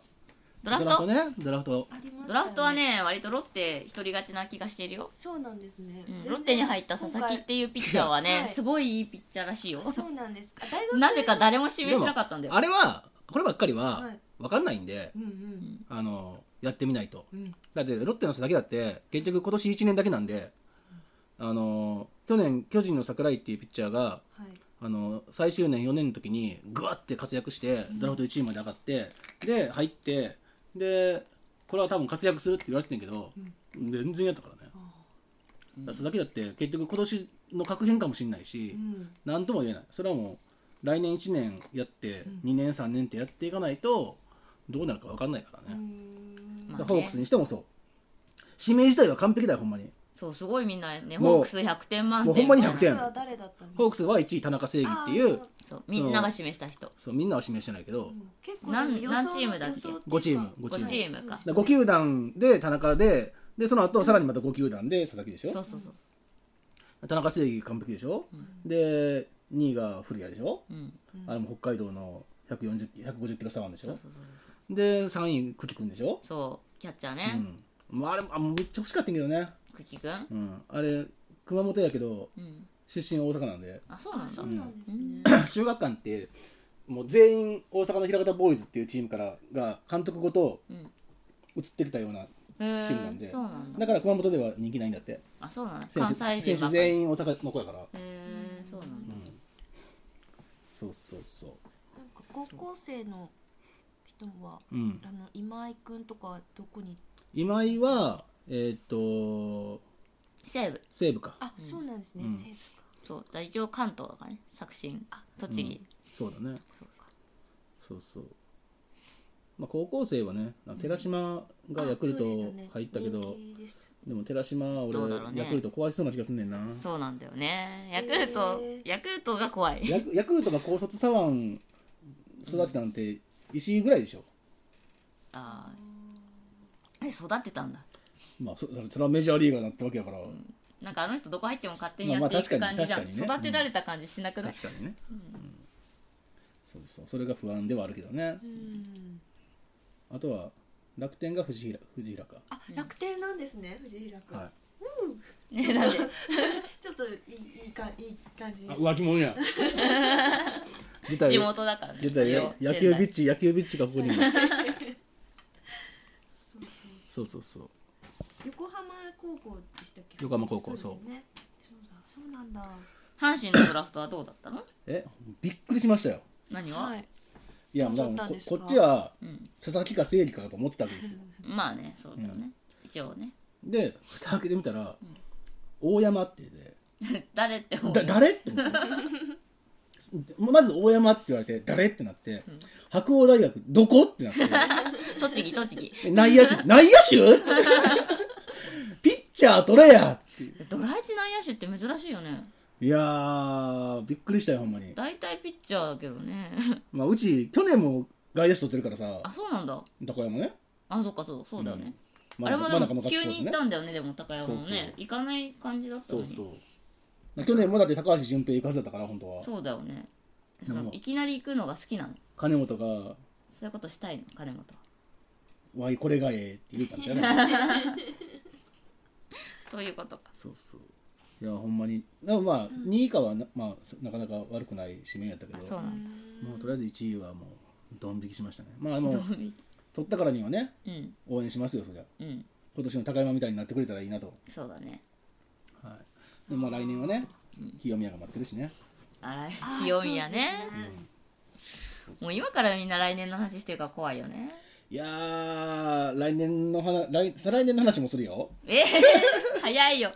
ドラフト
ねドラフト
ありましたね
ドラフトはね割とロッテ一人勝ちな気がしてるよ、
そうなんですね
うん
全然
ロッテに入った佐々木っていうピッチャーはね、
はい
すごいいいピッチャーらしいよ
今回そうなんですあ大学
なぜか誰も指
で
名し
も
なかったんだよ
あれはこればっかりは
はい
分かんないんで、
うんうん
あのやってみないと
うん
だってロッテの人だけだって結局今年1年だけなんであの去年巨人の桜井っていうピッチャーが
はい
あの最終年4年の時にぐわって活躍してドラフト1位まで上がって、で入ってでこれは多分活躍するって言われてんけど、全然やったからね、だからそれだけだって結局今年の確変かもしれないし、
うん
何とも言えないそれはもう来年1年やって2年3年ってやっていかないとどうなるか分かんないから
う
ね、
ん
まあね
だからホークスにしてもそう指名自体は完璧だよほんまに
そうすごいみんなね
もう
ホークス100点満点
もうほんまに100
それ
点
は誰だったんですか
ホークスは1位田中正義っていう
あ
そうみんなが指名した人
そうみんなは指名してないけど、
ーうん結構
なん
でも予想
何チームだっ
予
け
想ていうか
5チーム5
5チームか
だ5球団で田中ででその後さらにまた5球団で佐々木でし
そう
ょ
そうそう
田中正義完璧でしょ、で2位が古谷でしょ、
うん
あれも北海道の140 150キロ左腕でし
そうそうそ
ょ
うそう
で3位久喜君でしょ、
そうキャッチャー
う
ね
んまあ、あれあめっちゃ欲しかったんやけどね、
久喜くん
うん、あれ熊本やけど
うん
出身大阪なんで
あそうなんだ
そうなんですね。
中学館ってもう全員大阪の平方ボーイズっていうチームからが監督ごと
うん
移ってきたような
へー
チームなんで
そうなんだ
だから熊本では人気ないんだって
あそうなんだ
選
関
手
西
選
人
手
ばっかりへ
全員大阪の子やから
えそうなんだ
そうそうそ
なんか高校生の人は
う、うん、
あの今井くんとかどこに
今井はえーっと
西部
西部か
あ、
うん
そうなんですね。
うん
西部か。
そうだ一応関東だからね作新
あ
栃木
そうだね
そうか
そうそう、まあ、高校生はね寺島がヤクルト
あそうでしたね
入ったけど、
人気でした
でも寺島は俺
どうだろうね
ヤクルト壊しそうな気がすんねんな
そうなんだよねヤクルト、
へー
ヤクルトが怖い
ヤクヤクルトが高卒左腕育てたなんて石井ぐらいでしょ、
あーあれ育ってたんだ
まあそだからそれはメジャーリーガーになったわけやから、
なんかあの人どこ入っても勝手にや
ま
っ
あま
て
あ
いく
確か
感
に
じじゃん、
確かにね
育てられた感じしなくない、
確かにね、うんそうそうそれが不安ではあるけどね
うん。
あとは楽天が藤平藤平か
あ、楽天なんですね。藤平くん。
は
ねなんで
ちょっといいいいかいい感じ
い
です。
浮気者や出た
地
よ
元だからね
出たよ
一応
野球
仙
ビッチ野球ビッチがここにいますそうそうそう
横浜高校でしたっけ？
横浜高校
ですね。そうだ、そうなんだ。
台阪神のドラフトはどうだったの
えびっくりしましたよ
何は、
はい。
いや
どう
もう
だったん
こ
ですか
こっちは
うん、
佐々木か正義かと思ってたわけですよ
まあねそうだよね、一応ね
で蓋開けてみたら、大山ってで
誰って思う
だ誰 って思ってまず大山って言われて誰ってなって、白鴎大学どこってなって
栃木栃木
え内野手内野手 ピッチャー取れやっていう
ドラ1内野手って珍しいよね
いやーびっくりしたよほんまに、
大体ピッチャーだけどね
まあ、うち去年も外野手取ってるからさ
あそうなんだ
高山ね
あそっかそうそうだよね、
ま
あれもで
真中
も急に行
ね
ったんだよねでも高山もね
そうそう
行かない感じだったのに
う去年もだって高橋純平行くはずだったから本当は
そうだよねそ
で
の
も
いきなり行くのが好きなの
金本が
そういうことしたいの金本は
「わいこれがええ」って言うたんじゃない
そういうことか
そうそういやほんまにでもまあ2位以下はな,、まあ、そなかなか悪くない指名やったけ
あそうな
ど
んだ
もうとりあえず1位はもうドン引きしましたねまああの
ドン引
取ったからにはね
きうん
応援しますよそりゃ
うん
今年の高山みたいになってくれたらいいなと、
そうだね
はい、でまあ来年はね清宮が待ってるしね
あ
あ
ら清宮ね
そうですね
もう今からみんな来年の話してるから怖いよね
いやー来年の話来再来年の話もするよ
えー、 早いよ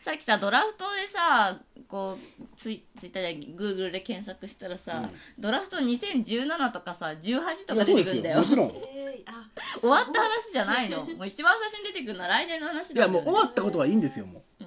さっきさドラフトでさこうツイツイッターでグーグルで検索したらさ、ドラフト2017とかさ18と
いや
か
そ
出
うで
てく
す
るんだ
よ
よ
もちろん
えー、あ、
終わった話じゃないのもう一番最初に出てくるのは来年の話
いや
だ
もう終わったことはいいんですよもう、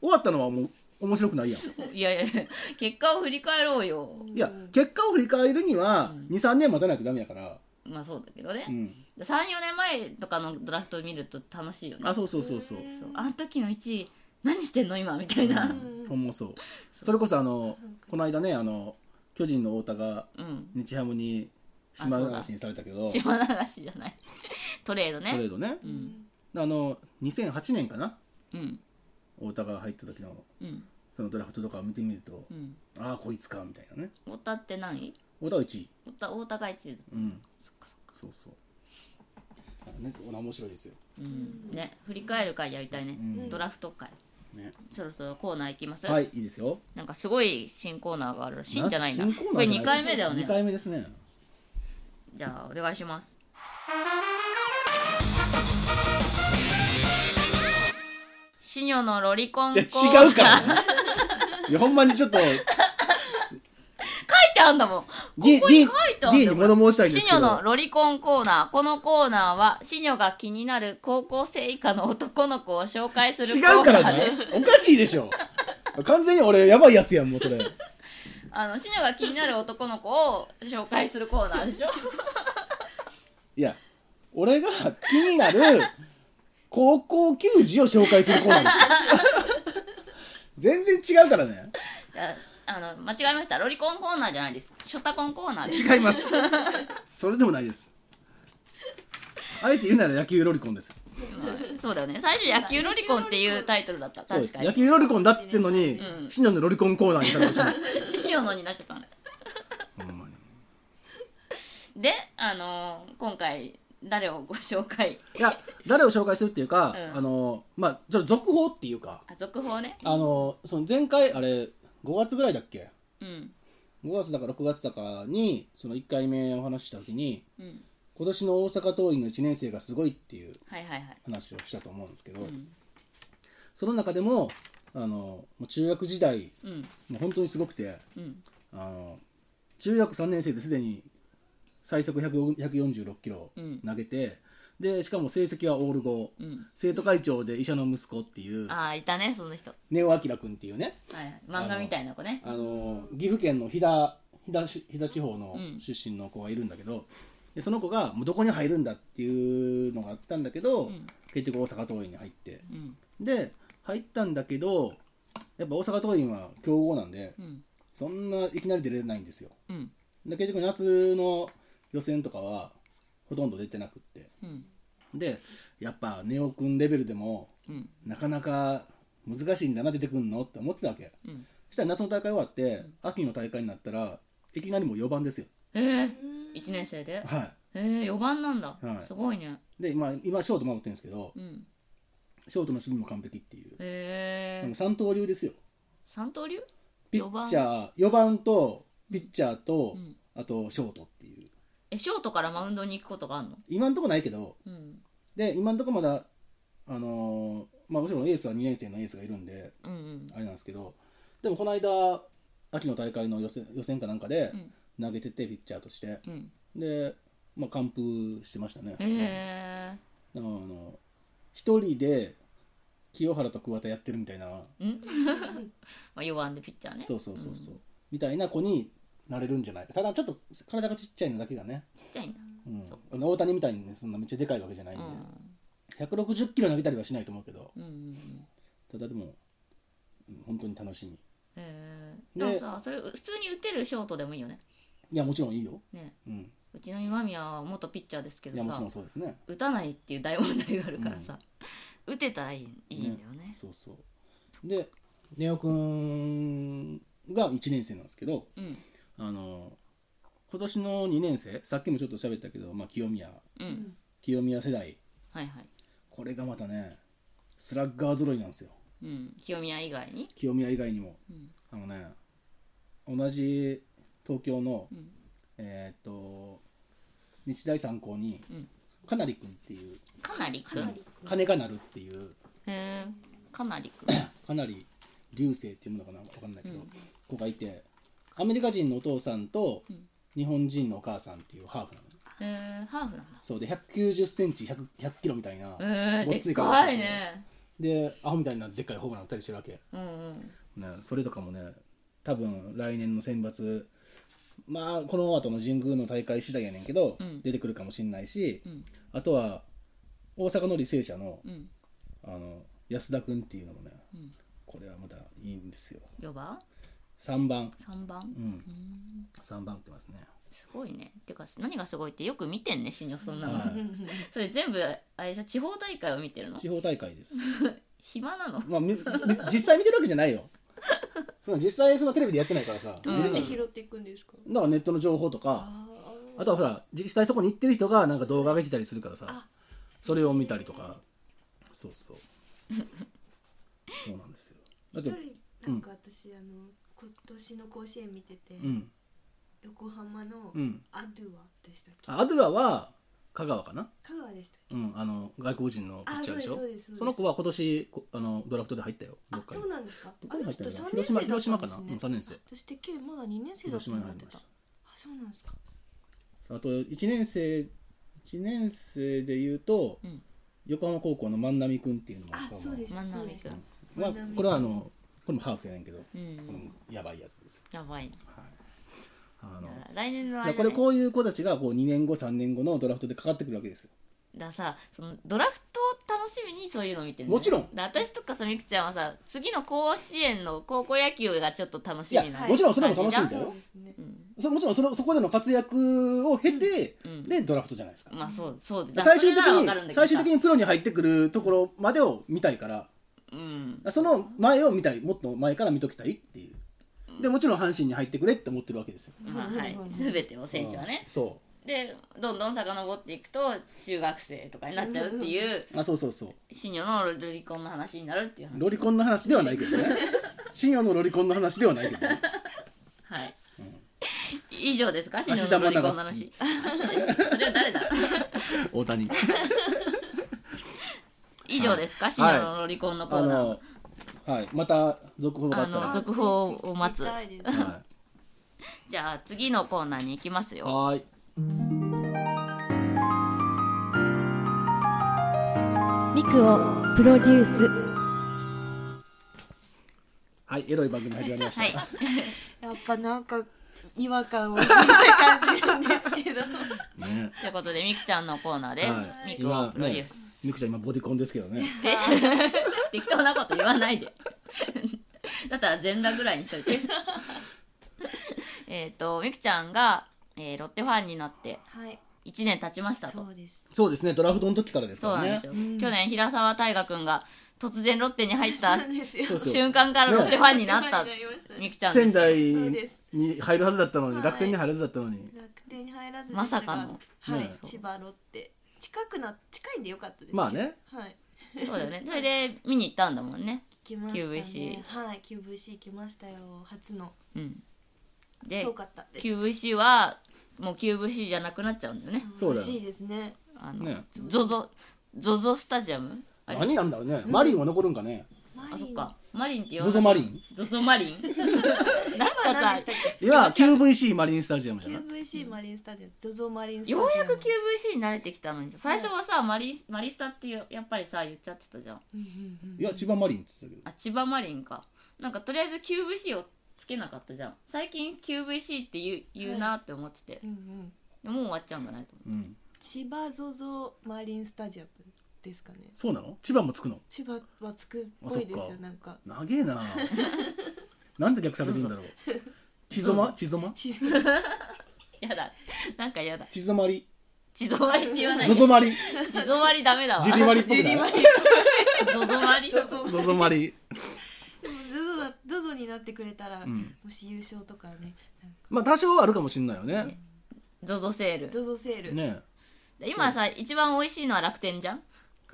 終わったのはもう面白くないやんい
いやいやいや結果を振り返ろうよ
や結果を振り返るには23年待たないとダメやから
まあそうだけどね、
うん
34年前とかのドラフトを見ると楽しいよね
あそうそうそうそう
そうあの時の1位何してんの今みたいな
ほんまそうそれこそあのこの間ねあの巨人の太田が
うん
日ハムに島流しにされたけどト
島流しじゃない トレードね
レードね
うん
あの2008年かな
うん
太田が入った時の
うん
そのドラフトとかを見てみると、
うん
ああこいつかみたいなね
太田って何
太田は1位
太田太田が1位だ
うんそうそうなんかねこれ面白いですよ
うんね振り返る会やりたいね、
うん
ドラフト会
ね
そろそろコーナー行きます、
はいいいですよ
なんかすごい新コーナーがあるらしいんじゃないな
新コーナー
これ
じゃ
2
ない
回目だよね
2回目ですね
じゃあお願いしますシニョのロリコン
じゃ
コー
あ違うか
ナー書い
らいやほんまにちょっと
てあんだもんここに
D,
書
D,
いてあ
D
ん
に
だもん
物申したいんです
シ
け
ニョ
ど
のロリコンコーナーこのコーナーはシニョが気になる高校生以下の男の子を紹介する
違
コ
うか
ー
ら
ナー
ね
です
おかしいでしょ完全に俺やばいやつやんもう それ
あのシニョが気になる男の子を紹介するコーナーでしょ
いや俺が気になる高校球児を紹介するコーナ ーですよ全然違うからね
ああの間違えましたロリコンコーナーじゃないですショタコンコー ナーです
違いますそれでもないですあえて言うなら野球ロリコンです
そうだよね最初野球ロリコンっていうタイトルだった
そうで
確
す
か
野
に
球ロリコンだっつってんのに、
うん
シニョのロリコンコーナーにされて しまう
シオのになっちゃったの
ほんまに
であのー今回誰をご紹介
いや誰を紹介するっていうか、
うん
あのまあちょっと続報っていうか
あ続報ね
あのその前回あれ5月ぐらいだっけ
うん
5月だか6月だかにその1回目お話しした時に
うん
今年の大阪桐蔭の1年生がすごいっていう
はいはいはい
話をしたと思うんですけど、
うん
その中でもあのもう中学時代
うん
もう本当にすごくて
うん
あの中学3年生ですでに最速100 146キロ
うん
投げて、でしかも成績はオール5、
うん
生徒会長で医者の息子っていう
ああいたねその人
ネオ・アキラ君っていうね
はいはい漫画みたいな子ね
あの岐阜県の飛騨飛騨市飛騨地方の
うん
出身の子がいるんだけど、でその子がもうどこに入るんだっていうのがあったんだけど、
うん
結局大阪桐蔭に入って
うん
で入ったんだけどやっぱ大阪桐蔭は強豪なんで
うん
そんないきなり出れないんですよ
うん
で結局夏の予選とかはほとんど出てなくって
うん
でやっぱネオくんレベルでも
うん
なかなか難しいんだな出てくんのって思ってたわけ
うん
そしたら夏の大会終わって、秋の大会になったらいきなりもう4番ですよ
ええ1年生で
は
ええ4番なんだ
はい
すごいね
いで今今ショート守ってるんですけど
うん
ショートの守備も完璧っていう、
え
で
え
も三刀流ですよ
三刀流
ピッチャー4番とピッチャーと、
うん
あとショートっていう
えショートからマウンドに行くことがあるの
今んとこないけど
うん
で今んとこまだあのーまあもちろんエースは2年生のエースがいるんで
うんうん
あれなんですけどでもこの間秋の大会の予選予選かなんかで
うん
投げててピッチャーとして
うん
で、まあ、完封してましたね、
え
あの一人で清原と桑田やってるみたいな、
えんまあ4番でピッチャーね
そうそうそうそう、みたいな子になれるんじゃないかただちょっと体がちっちゃいのだけがね、
ちっちゃいんだ
うん
そっ
大谷みたいにねそんなめっちゃでかいわけじゃないん
う
で、
ん
160キロ投げたりはしないと思うけど
うんうん
ただでも、うん本当に楽しみ
ええ
で
でもさそれ普通に打てるショートでもいいよね
いやもちろんいいよ、
ね
うん、
うちの今宮は元ピッチャーですけ
いや
ど
もち
さ
ろんそうですね
打たないっていう大問題があるからさ、打てたらいいいいんだよね
そうそうで根尾くんが1年生なんですけどあの今年の2年生さっきもちょっと喋ったけど、まあ、清宮
うんうん
清宮世代
はいはい、
これがまたねスラッガー揃いなんですよ
うん、清宮以外に
清宮以外にも
うん
あのね同じ東京の、
うん
えーっと日大三高に、
うん
かなりくんっていう
かなりくんへ
金がなるっていう
えかなりく ん
かなり流星っていうのかなわかんないけど、
うん
子がいてアメリカ人のお父さんと
ん
日本人のお母さんっていうハーフなの
へえハーフなんだ
そうで1 9 0ンチ1 0 0キロみたいな、
え
ご
え
っつ
で
い
っ
顔して
かいね
でアホみたいなでっかいホームラン打ったりしてるわけ、
うんうん
ね、それとかもね多分来年の選抜まあこの後の神宮の大会次第やねんけど、
うん
出てくるかもしんないし、
うん
あとは大阪の履正社の
うん
あの安田君っていうのもね
うん
これはまたいいんですよ
4番
3番
3番
う
うんん
3番打ってますね
すごいねてか何がすごいってよく見てんね新庄そんなの、
はい
それ全部あれじゃ地方大会を見てるの
地方大会です、
暇なの
まあ、みみ実際見てるわけじゃないよ その実際そのテレビでやってないからさ、
うん
見れ
なん
ない
で
だか
拾っていくんですから
ネットの情報とか
あ
あとはほら実際そこに行ってる人がなんか動画上げてたりするからさ
あ
それを見たりとかそうそう そうなんですよだ
一
って
人なんか私あの今年の甲子園見てて
うん
横浜の
うん
アドゥアでしたっけ
あアドゥアは香川かな、
香川でしたっけ
うん、あの外国人のピッチャーでしょ
あそうですそうですそうです
の子は今年こあのドラフトで入ったよど
あ
っ、かに
そうなんですか
ど
あ
こに
の
入った
人
の
3
かな
年
広
生だったん
島広島
で
かな、
す
うん、
ね
3年生
私てっけまだ2年生だ
広
と
島に
思
入
っ
り
て
ま
た
し
あそうなんですか
たあと1年生1年生でいうと、
うん
横浜高校の万波君っていうのも
あ
この
そうです
万波
そうです
君
まあ
万波
これはあのこれもハーフやねんけど、
う
これも
ん
やばいやつです
やばい
あの
来年の
だ
あ
か
れだ
らこ
ね
れこういう子たちがこう2年後3年後のドラフトでかかってくるわけですよ
だからさそのドラフトを楽楽しみにそういうの見てる、
もちろん
で私とかさみくちゃんはさ次の甲子園の高校野球がちょっと楽し
いや
みな
はい
もちろんそれも楽しいんだ
そう
よ、
ですね
うん
そもちろんそのそこでの活躍を経て、
うん
でドラフトじゃないですか、
まあそうそうだ
最終的
それならわかるんだ
に
けど
最
さ
終的にプロに入ってくるところまでを見たいから
うん
その前を見たいもっと前から見ときたいっていうでもちろん阪神に入ってくれって思ってるわけですよ
まあはい全てを選手はね
うんそ
でどんどん遡っていくと中学生とかになっちゃうっていう
うあそうそうそう
シニョのロリコンの話になるっていう話
ロリコンの話ではないけ どね深夜のロリコンの話ではないけどね
はい、以上ですかシニ
芦
ョ
田
のロ
愛
リコンの
菜が好
話
き
それは 誰だ
大谷
以上ですかシニョのロリコンのコ
あ
ーナー、
のはいまた続報があ
あ
ったら
の
は
続報を待つ
聞きたいです
じゃあ次のコーナーに行きます
い
よ
はーい
ミクをプロデュース
はいエロい番組始まりました、
はい
やっぱなんか違和感を感じるんですけど
ね
ということでみくちゃんのコーナーです、
はい
みくをプロデュース、
今ねミクちゃん今ボディコンですけどね
適当なこと言わないで だったら全裸ぐらいにしとい てえっとみくちゃんが、えーロッテファンになって
はい
1年経ちましたと
そうです
そうですねドラフトの時からですか
そう
ら
なん
ね
ですよ、
うん
去年平沢大河君が突然ロッテに入った
そうですよ
そうそう
瞬間からロッテファンになった
ファンになりましたね
みくちゃんで
仙
す
台
そうです
に入るはずだったのに、
はい
楽天に入るはずだったのに
楽天に入らずでしたが
まさかの
はい、
ね
千葉ロッテ近くな近いんでよかったですけど
まあね
はい
そうだよねそれで見に行ったんだもんね
行きましたね
QVC
はい QVC 行きましたよ初の
うんで
遠かったです
QVC はもう QVC じゃなくなっちゃうんだよね
そうだよ
欲しいですね
あの、
ね
ZOZO ZOZO スタジアムあれ
何なんだろうね、マリンは残るんかね
マリン
あそっかマリンって言わ
ゾ
ない
ゾマリン
ZOZO マリンなんか
何で
さ
したっけ
今 QVC マリンスタジアムじゃない
QVC マリンスタジアム ZOZO マリンスタジアム
ようやく QVC に慣れてきたのにさ最初はさマリマリスタってやっぱりさ言っちゃってたじゃん
いや千葉マリンって言ってた
あ千葉マリンかなんかとりあえず QVC をつけなかったじゃん最近 QVC って言う言うなって思ってて、
うんうん
でもう終わっちゃうんだなと思って
けど、うん、
千葉 ZOZO マリンスタジアムですかね
そうなの千葉もつくの
千葉はつくっぽいで
あ
す
そっ
よ
か
なんか
長 えななんで逆されてんだろう千ぞま千ぞま
千
やだなんかやだ
千ぞまり
地蔵割りって言わない
ゾゾマリ
地蔵割りダメだわ
ジュ
地
リマリっぽく
ジュリ
な
マ
い
リ
蔵割り
ゾゾマリ
でも ZOZO だ ZOZO になってくれたら、
ん
もし優勝とかねなんか
まあ多少はあるかもしんないよね
ゾゾセール
ZOZO セール、
ね
今さ一番美味しいのは楽天じゃん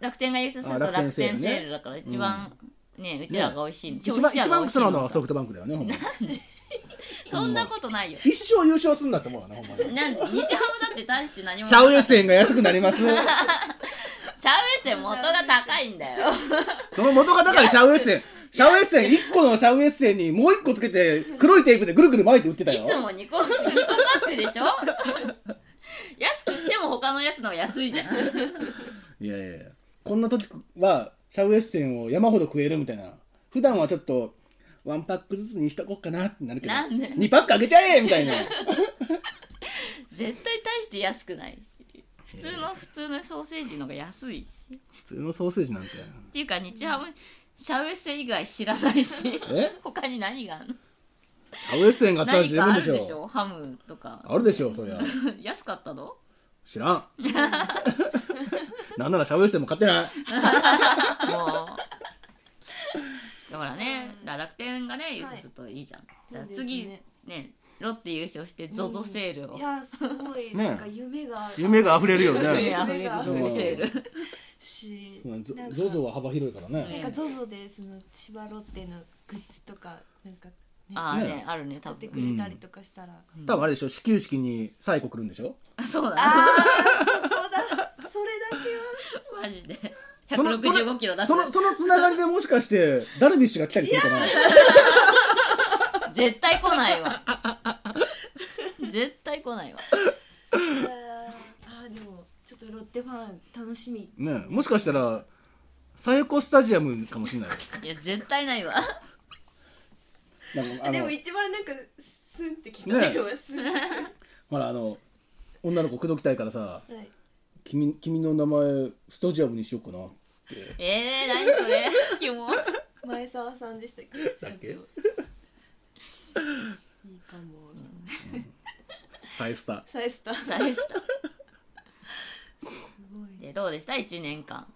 楽天が優勝すると
あ楽天
楽
セール
天
ね
セールだから一番ねうちらが美味しい
一番一番クソなのはソ
そ
フトバンクだよねほんまに
そんなことないよ
一生優勝すんなって思う よなほんまに
なん日ハムだって大して何も
シャウエッセンが安くな ります
シャウエッセン元が高いんだよ
その元が高いシャウエッセンシャウエッセン1個のシャウエッセンにもう1個つけて黒いテープでぐるぐる巻いて売ってた
い
よ
つも2個2個パックでしょ 安くしても他のやつの方が安いじゃん
いやいやいやこんな時はシャウエッセンを山ほど食えるみたいな普段はちょっとワンパックずつにしとこうかなってなるけど
なんで
2パックあげちゃえみたいな
絶対大して安くないし普通の普通のソーセージの方が安いし
普通のソーセージなんて
っていうか日ハムシャウエッセン以外知らないし
え
他に何があるの
シャウエッセンがあったら
何
十
か
分
あ
で
る
し
で
ょ
しょハムとか
あるでしょそりゃ
安かったの
知らんなんならシャウエッセンも買ってない
もうだからねだから楽天がね優勝するといいじゃん、だから次
そう
ね
で
ロッテ優勝して ZOZO セールを、
いやすごいなんか夢がある
夢が溢れるよ
ね、
ね
溢れる ZOZO セール
し
ゾ
なんか
ゾゾは幅広いからね
なんか ZOZO でその千葉ロッテのグッズとかなんかね
ああね
ね
あるね多
買って
分
くれたりとかしたら、
多分あれでしょ始球式にサイコ来るんでしょ
あそうだ
そうだそれだけは
マジで
そのそ
165
の
キロ出す
そのそのつながりでもしかしてダルビッシュが来たりするかな
絶対来ないわ絶対来ないわ
あーでもちょっとロッテファン楽しみ
ねもしかしたらサイコスタジアムかもしれないよ
いや絶対ないわ
なんかあ
で
の
も一番なんかスンってきた
ね
ね今スン、
ほらあの女の子口説きたいからさ
はい
「君君の名前スタジアムにしようかな」って
えー、何それキモ
前澤さんでしたっけ社
だ
長
っけ
いいかも、そんな
再スタ
サイスターす
さでした
ごいね
でどうでした1年間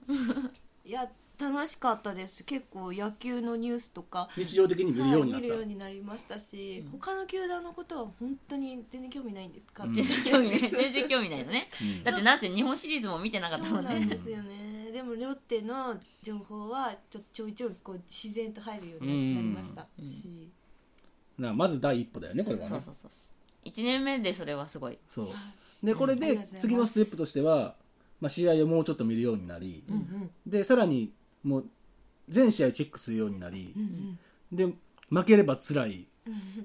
いや楽しかったです結構野球のニュースとか
日常的に見るようにな
は
った、
い見るようになりましたし、
うん
他の球団のことは本当に全然興味ないんですか、
うん
そ
全然興味ない全然興味ないのね
うん
だってなんせ日本シリーズも見てなかったも
うんな
ね
んですよねでもロッテの情報はちょちょいちょいこう自然と入るようになりました
うん
し、
なまず第一歩だよねこれはね
そうそうそう1年目でそれはすごい
そうでこれ
あり
で
がとうございます
次のステップとしては、まあ、試合をもうちょっと見るようになり、
うんうん
でさらにもう全試合チェックするようになり
う、ん
で負ければ辛い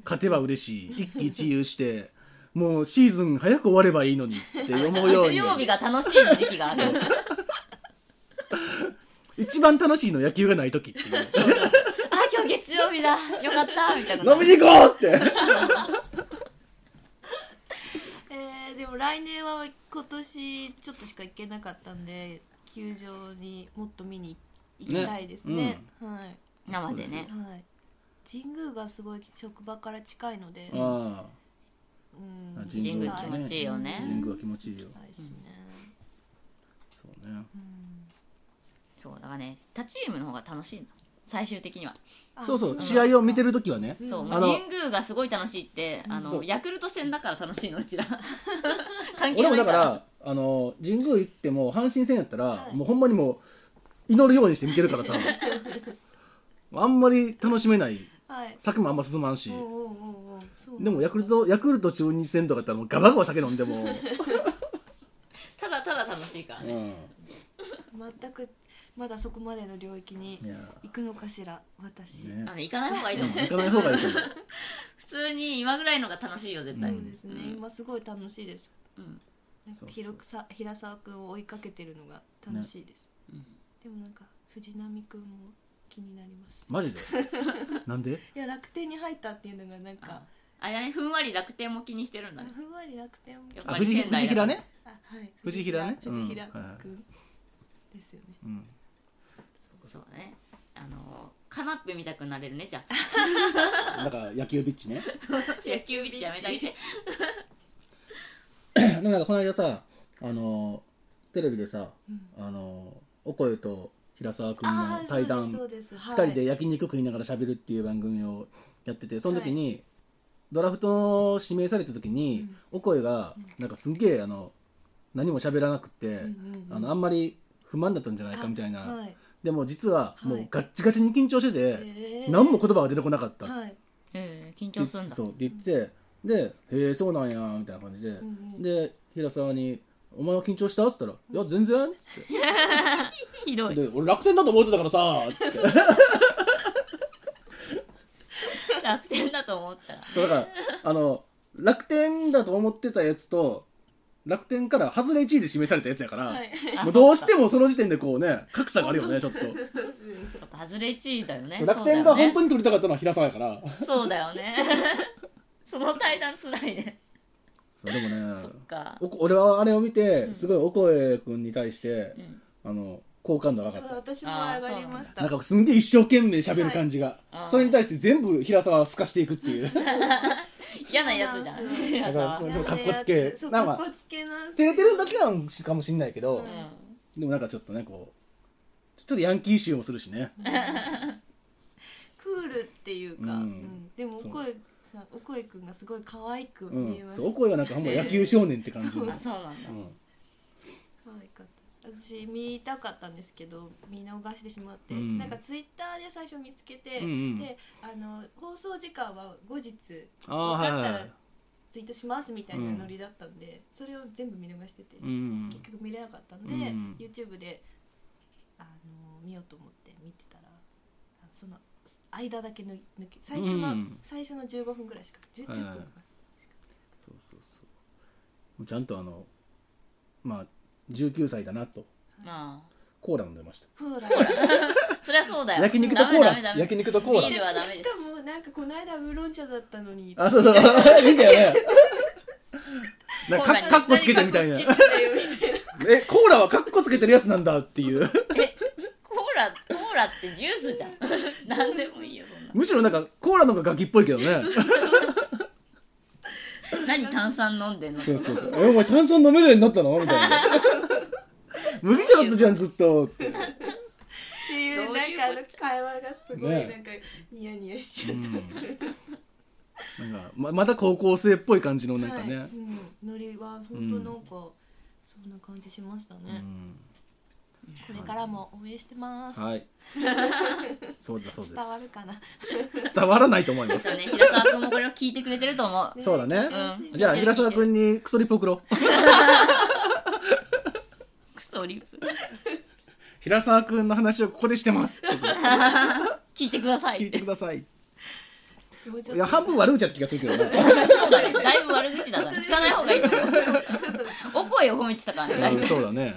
勝てば嬉しい一喜一憂してもうシーズン早く終わればいいのにって思う よう
月
に
曜日が楽しい時期がある
一番楽しいの野球がない時って いう
あ今日月曜日だよかったみたいな
飲みに行こうって
うんえーでも来年は今年ちょっとしか行けなかったんで球場にもっと見に行きたいですね
ね
はい
生でね
はい、神宮がすごい職場から近いので、うん、
ああ神
神宮
宮
気持ちいいよ
あ
ね
神宮は気持ちいいよ
はいですね、
そうね
うん
そうだからね他チームの方が楽しいの最終的には、
あ
そうそう
だ
試合を見てる時はね
そうも
あ
う
の
神宮がすごい楽しいってあ
そ
の
う
ヤクルト戦だから楽しいのう ちら関係
俺
な
も
い
だ
か
かららあの神宮行っても阪神戦やったら、
はい
もうほんまにもう祈るようにして見てるからさ あんまり楽しめない
はい
酒もあんま進まんし、
おうおうおうおうそうなん
でもヤクルトヤクルト中日戦とかやったらもうガバガバ酒飲んでも、
ただただ楽しいから
う
ね、
ん、
全くまだそこまでの領域に
いや
行くのかしら私、
ね
あの行かない方がいいと思う
行かない方がいいと思う
普通に今ぐらいのが楽しいよ絶対、
う
そ
ん
うですね、
うん
今すごい楽しいです
うん
なんか
そうそう
広くさ平沢くんを追いかけてるのが楽しいです、
うん
でもなんか藤波くんも気になります
マジでなんで
いや楽天に入ったっていうのがなんか
あれだねふんわり楽天も気にしてるんだね
ふんわり楽天も
やっ
あ
ぱり
藤木
仙
藤
台
木
だか
だ
ら
ね、
あはい
藤平ね
藤平
うんはいはい
くんですよね
うん、
そうだねあのカナッペ見たくなれるねじゃ あ
なんか野球ビッチね
野球ビッチやめたいって
でもなんかこの間さあのテレビでさ、
うん
あのお声と平沢君
あ
の
あ
対談
そうですそうです、
2人で焼肉食いながら喋るっていう番組をやっててその時に、ドラフト指名された時に、お声がなんかすんげえあの何も喋らなくて、
んうんうん
あのあんまり不満だったんじゃないかみたいな、
あはい
でも実は
はい
もうガッチガチに緊張してて、
え
何も言葉が出てこなかったって、
はい
えー緊張するんだ
そうって言ってで「へえそうなんや」みたいな感じで、
んうん
で平沢に「お前は緊張した?」っつったら「いや全然」っつって
ひどい
で俺楽天だと思ってたからさ」つって
楽天だと思ったら
そうだからあの楽天だと思ってたやつと楽天から外れ1位で示されたやつやから、
はい
もうどうしてもその時点でこうね格差があるよねちょっと
やっぱ外れ1位だよね
そう楽天が本当
に
に取りたかったのは平沢やから
そうだよね その対談つらいね
そうでもね
そっか
おこ俺はあれを見てすごいお声君に対して
う、ん
あの好感度が上がった
私も上がりました
なんかすんげえ一生懸命喋る感じが、
はい
それに対して全部平沢はすかしていくっていう
嫌なやつじゃん
そうなんです
だ
平
か
沢
ら
は
もう
う
ちょっとかっこつけ
そう
なん
かっ
か
こつけなん
照れてるだけなんかもしんないけど、
うん
ん
でもなんかちょっとねこうちょっとヤンキー臭もするしね
クールっていうか、
うん
うんでもお
そう
声さんお声くんがすごい可愛く
う
見え
ん、
ました、
そうお声はなんかほんま野球少年って感じの、
あそうなんだ
うん
可愛かった私見たかったんですけど見逃してしまって、
うん
なんかツイッターで最初見つけて、
うんうん
であの放送時間は後日
あ
分
あは
かっ
い
た
は
ら
い、
ツイートしますみたいな
うん
ノリだったんで、それを全部見逃してて、
うん、
結局見れなかったんで、
うん
YouTube であの見ようと思って見てたらあのその間だけ抜抜け最初の、
うん
最初の15分ぐらいしか 10,
はい
10分
はい
かな
そうそうそうちゃんとあのまあ19歳だなと
あ
コーラ飲んでました
ほら
あそりゃそうだよ
焼肉とコ
ダ
ー
メダ
ラ
メダメ
焼肉とコー
ビール
ラ
はダメ
し
で
か
す
もなんかこの間ウーロン茶だったのに
あそう そういいんだよねなんか
コーラ
か
に
かっこつけてみたいな
何かっこつけてたよみたいな
えコーラはかっこつけてるやつなんだっていう
えラってジュースじゃん何でもいいよそんな
むしろなんかコーラの方がガキっぽいけどね
何炭酸飲んでんの
そうそうそうえお前炭酸飲めるようになったのみたいな 麦茶だったじゃんずっとって
ていう
どういう
なんかあ
こ
の
っちゃ
会話がすごい
ね
なんかニヤニヤしちゃっ
なんかままた高校生っぽい感じの
た、
なんかね、
はいうん、ノリは本当なんか、そんな感じしましたね、
うん
これからも応援してます、
はい。そうだそうです。
伝わるかな
伝わらないと思い ま
そう
す。
ね平沢君もこれを聞いてくれてると思う
そうだね
う。ん
じゃあ平沢君にクソリップ送ろう。
クソリップ
平沢君の話をここでしてます。
聞いてください
聞い
って
てください。
もうちょ
い
っ
や
と
半分悪口やった気がするけどな。
そうだねだいぶ悪口だな聞かない方がいいと思うお声を褒めてたからね大
うん
体
そうだね。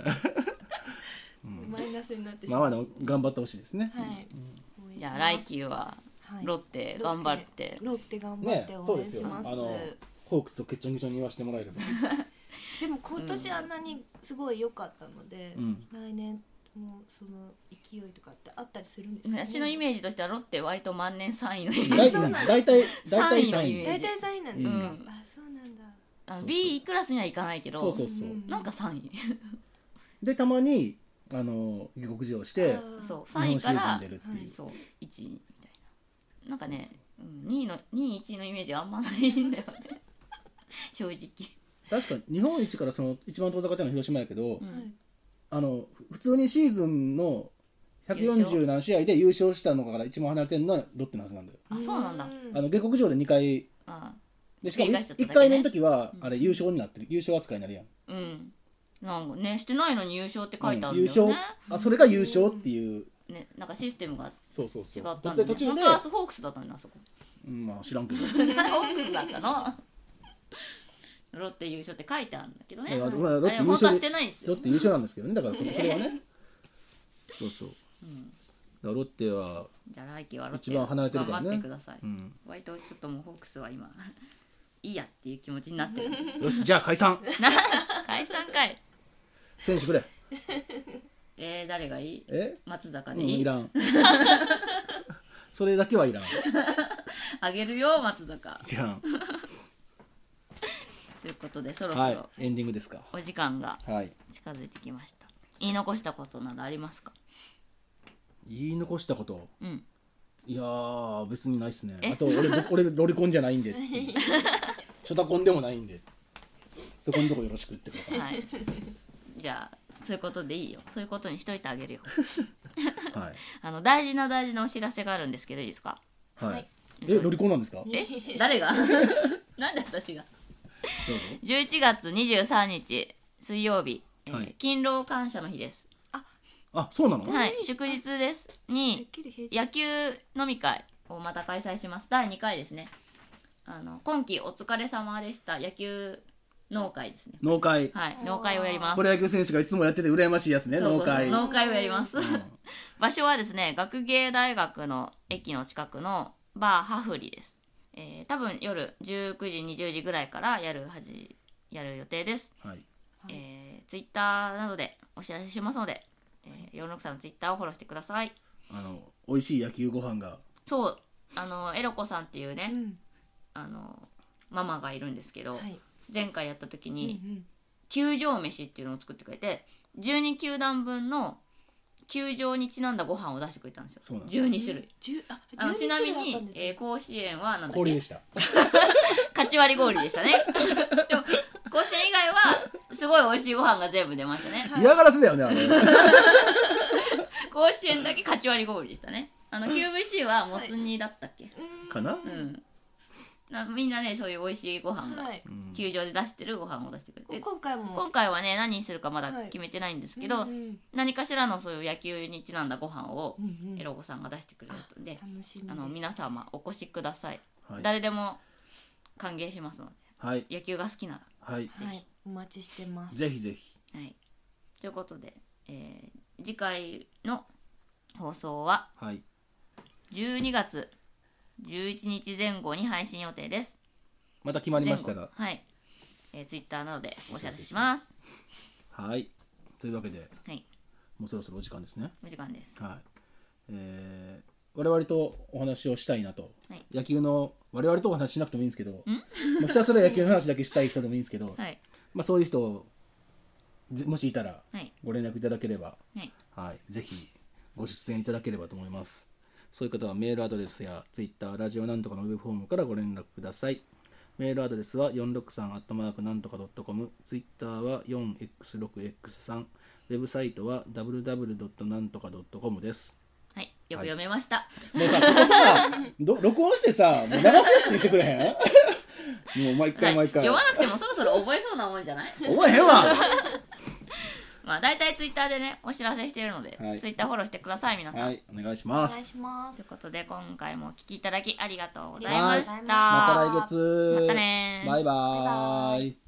マイナスになってし
まあ
まう、
まあでも頑張ってほしいですね。
はい、応援します
じゃあ来季は
はい
ロッテ頑張って
ロッテ頑張っ
ね
て、
そ
応
うで
援
す
し
よ。あ
ます、
のホークスをケチョンケチョンに言わせてもらえれば。
でも今年あんなにすごい良かったので、
うん
来年もその勢いとかってあったりするんですか、
私のイメージとしてはロッテ割と万年3位のイメー
大
ジ
そうなんだ
大体大
三
体
位の
三
イメー
位
ジ。
大体3位なんですか、
うん
あそうなんだ
あの
そうそう
B クラスにはいかないけど
そうそうそう。
なんか3位
でたまにあの下克上して
あー
そう
日
3位
本シ
か
リー
ら
ズに出るっていう。
そう1位みたいななんかねうん2位の2位1位のイメージあんまないんだよね 正直
確かに日本一からその一番遠ざかったのは広島やけど、
う
はい
ん
あのふ普通にシーズンの140何試合で優勝したのから一番離れてるのはロッテのはずなんだよ、
あそうなんだ
あの下克上で2回
あ
でしか
繰
も
り返しちゃっただけね
1回目の時はあれ優勝になってる、優勝扱いになるやん
うんなんかねしてないのに優勝って書いてある
うん
ん
優
だよ
勝
ね,、
あそれが優勝っていう
ねなんかシステムが
そうそう
違
そう
ったんだ
で
よ、ね、
途中で
本当、はホークスだったんだあそこ
うんまあ、知らんけ
ホ
ど
ークスだったのロッテ優勝って書いてあるんだけどね
いや
あ
まあロッ
れ
テ優
本当は
勝
し
で
てないんです
ロ
よ
ッテ優勝なんですけどねだからそそれはねそうそう、だからロッテは、
じゃあ来季はロッテ
一番離れてる
頑
からね
張ってください、
うん、
割とちょっともうホークスは今 いいやっていう気持ちになってる
よしじゃあ解散
解散かい
選手くれ
えー、誰がいい
え
松坂
うん
でいい、
いらん それだけはいらんい
あげるよ松坂
らん
ということでそろそ
はい
ろ
エンディングですか
お時間が
はい
近づいてきました言い残したことなどありますか
言い残したこと
うん
いやー別にないっすね
え
あと俺別俺ロリコンじゃないんで っていうショタコンでもないんでそこのとこよろしくってことか
はいじゃあそういうことでいいよそういうことにしといてあげるよ
はい
あの大事な大事なお知らせがあるんですけどいいですか
はい、
はい
えロリコンなんですか どうぞ
え誰が なんで私が11月23日水曜日、えー
はい
勤労感謝の日です
あそうなの、
はい
いいんで、す
祝日です。
てっ
に
きり平日
野球飲み会をまた開催します。第2回ですね。あの今期お疲れ様でした野球農会ですね。
農会
はい、農会をやります。
プロ野球選手がいつもやってて羨ましいやつね
そうそう
農会
農会をやります。 場所はですね、学芸大学の駅の近くのバーハフリです。えー、多分夜19時20時ぐらいからやるはじやる予定です。
はい
えー、ツイッターなどでお知らせしますので、えー、46さんのツイッターをフォローしてください。
あの美味しい野球ご飯が
そうあのエロ子さんっていうね、
うん
あのママがいるんですけど、
はい
前回やった時
うんう
に
ん
球場飯っていうのを作ってくれて12球団分の球場にちなんだご飯を出してくれたんですよ
そうなんです
12種類
じゅあ
あの
12
ちなみ
種類あったん
に、
ですね
えー甲子園はなんだっ
氷で
け
した
かち割り氷でしたねでも甲子園以外はすごい美味しいご飯が全部出ましたね
嫌がらせだよねあれ
甲子園だけかち割り氷でしたねあの QVC はもつ煮だったっけ、
うん
かな、
うんなみんなねそういう美味しいご飯が、
はい
うん
球場で出してるご飯を出してくれて
今回も
今回はね何にするかまだ
はい
決めてないんですけど、
うんうん
何かしらのそういう野球にちなんだご飯を
うんうん
エロ子さんが出してくれるので、
楽しみです
あの皆様お越しください、
はい
誰でも歓迎しますの
はい
で野球が好きな
はい
はいお待ちしてます
ぜひぜひ
らはいということで、えー次回の放送は
はい
12月11日前後に配信予定です
また決まり
前
まし
後
たら
はい、えー、ツイッターなどでお知らせします
はいというわけで
はい
もうそろそろお時間ですね
お時間です
はいえー我々とお話をしたいなと、
はい
野球の我々とお話ししなくてもいいんですけど、 もうひたすら野球の話だけしたい人でもいいんですけど、
はい
まあ、そういう人をぜもしいたら
はい
ご連絡いただければ、
はい
はい、ぜひご出演いただければと思いますそういう方はメールアドレスや Twitter ラジオなんとかのウェブフォームからご連絡くださいメールアドレスは463アットマークなんとか .com ツイッターは 4x6x3 ウェブサイトは www. なんとか .com です
はいよく読めました、
もうさここさど録音してさもう流すやつにしてくれへん もう毎回
はい
毎回、
読まなくてもそろそろ覚えそうなもんじゃ ない
覚えへんわ
まあ大体ツイッターでねお知らせしてるので、
はい
ツイッターフォローしてください皆さん、
はいお願いし
お
ま
願いし
す
ます
ということで今回もお聞きいただきありがとうござい
あ
ま
り
し
が
た
とうございました
また来月
またねー
バイバ
バイバ
ー
ー
イ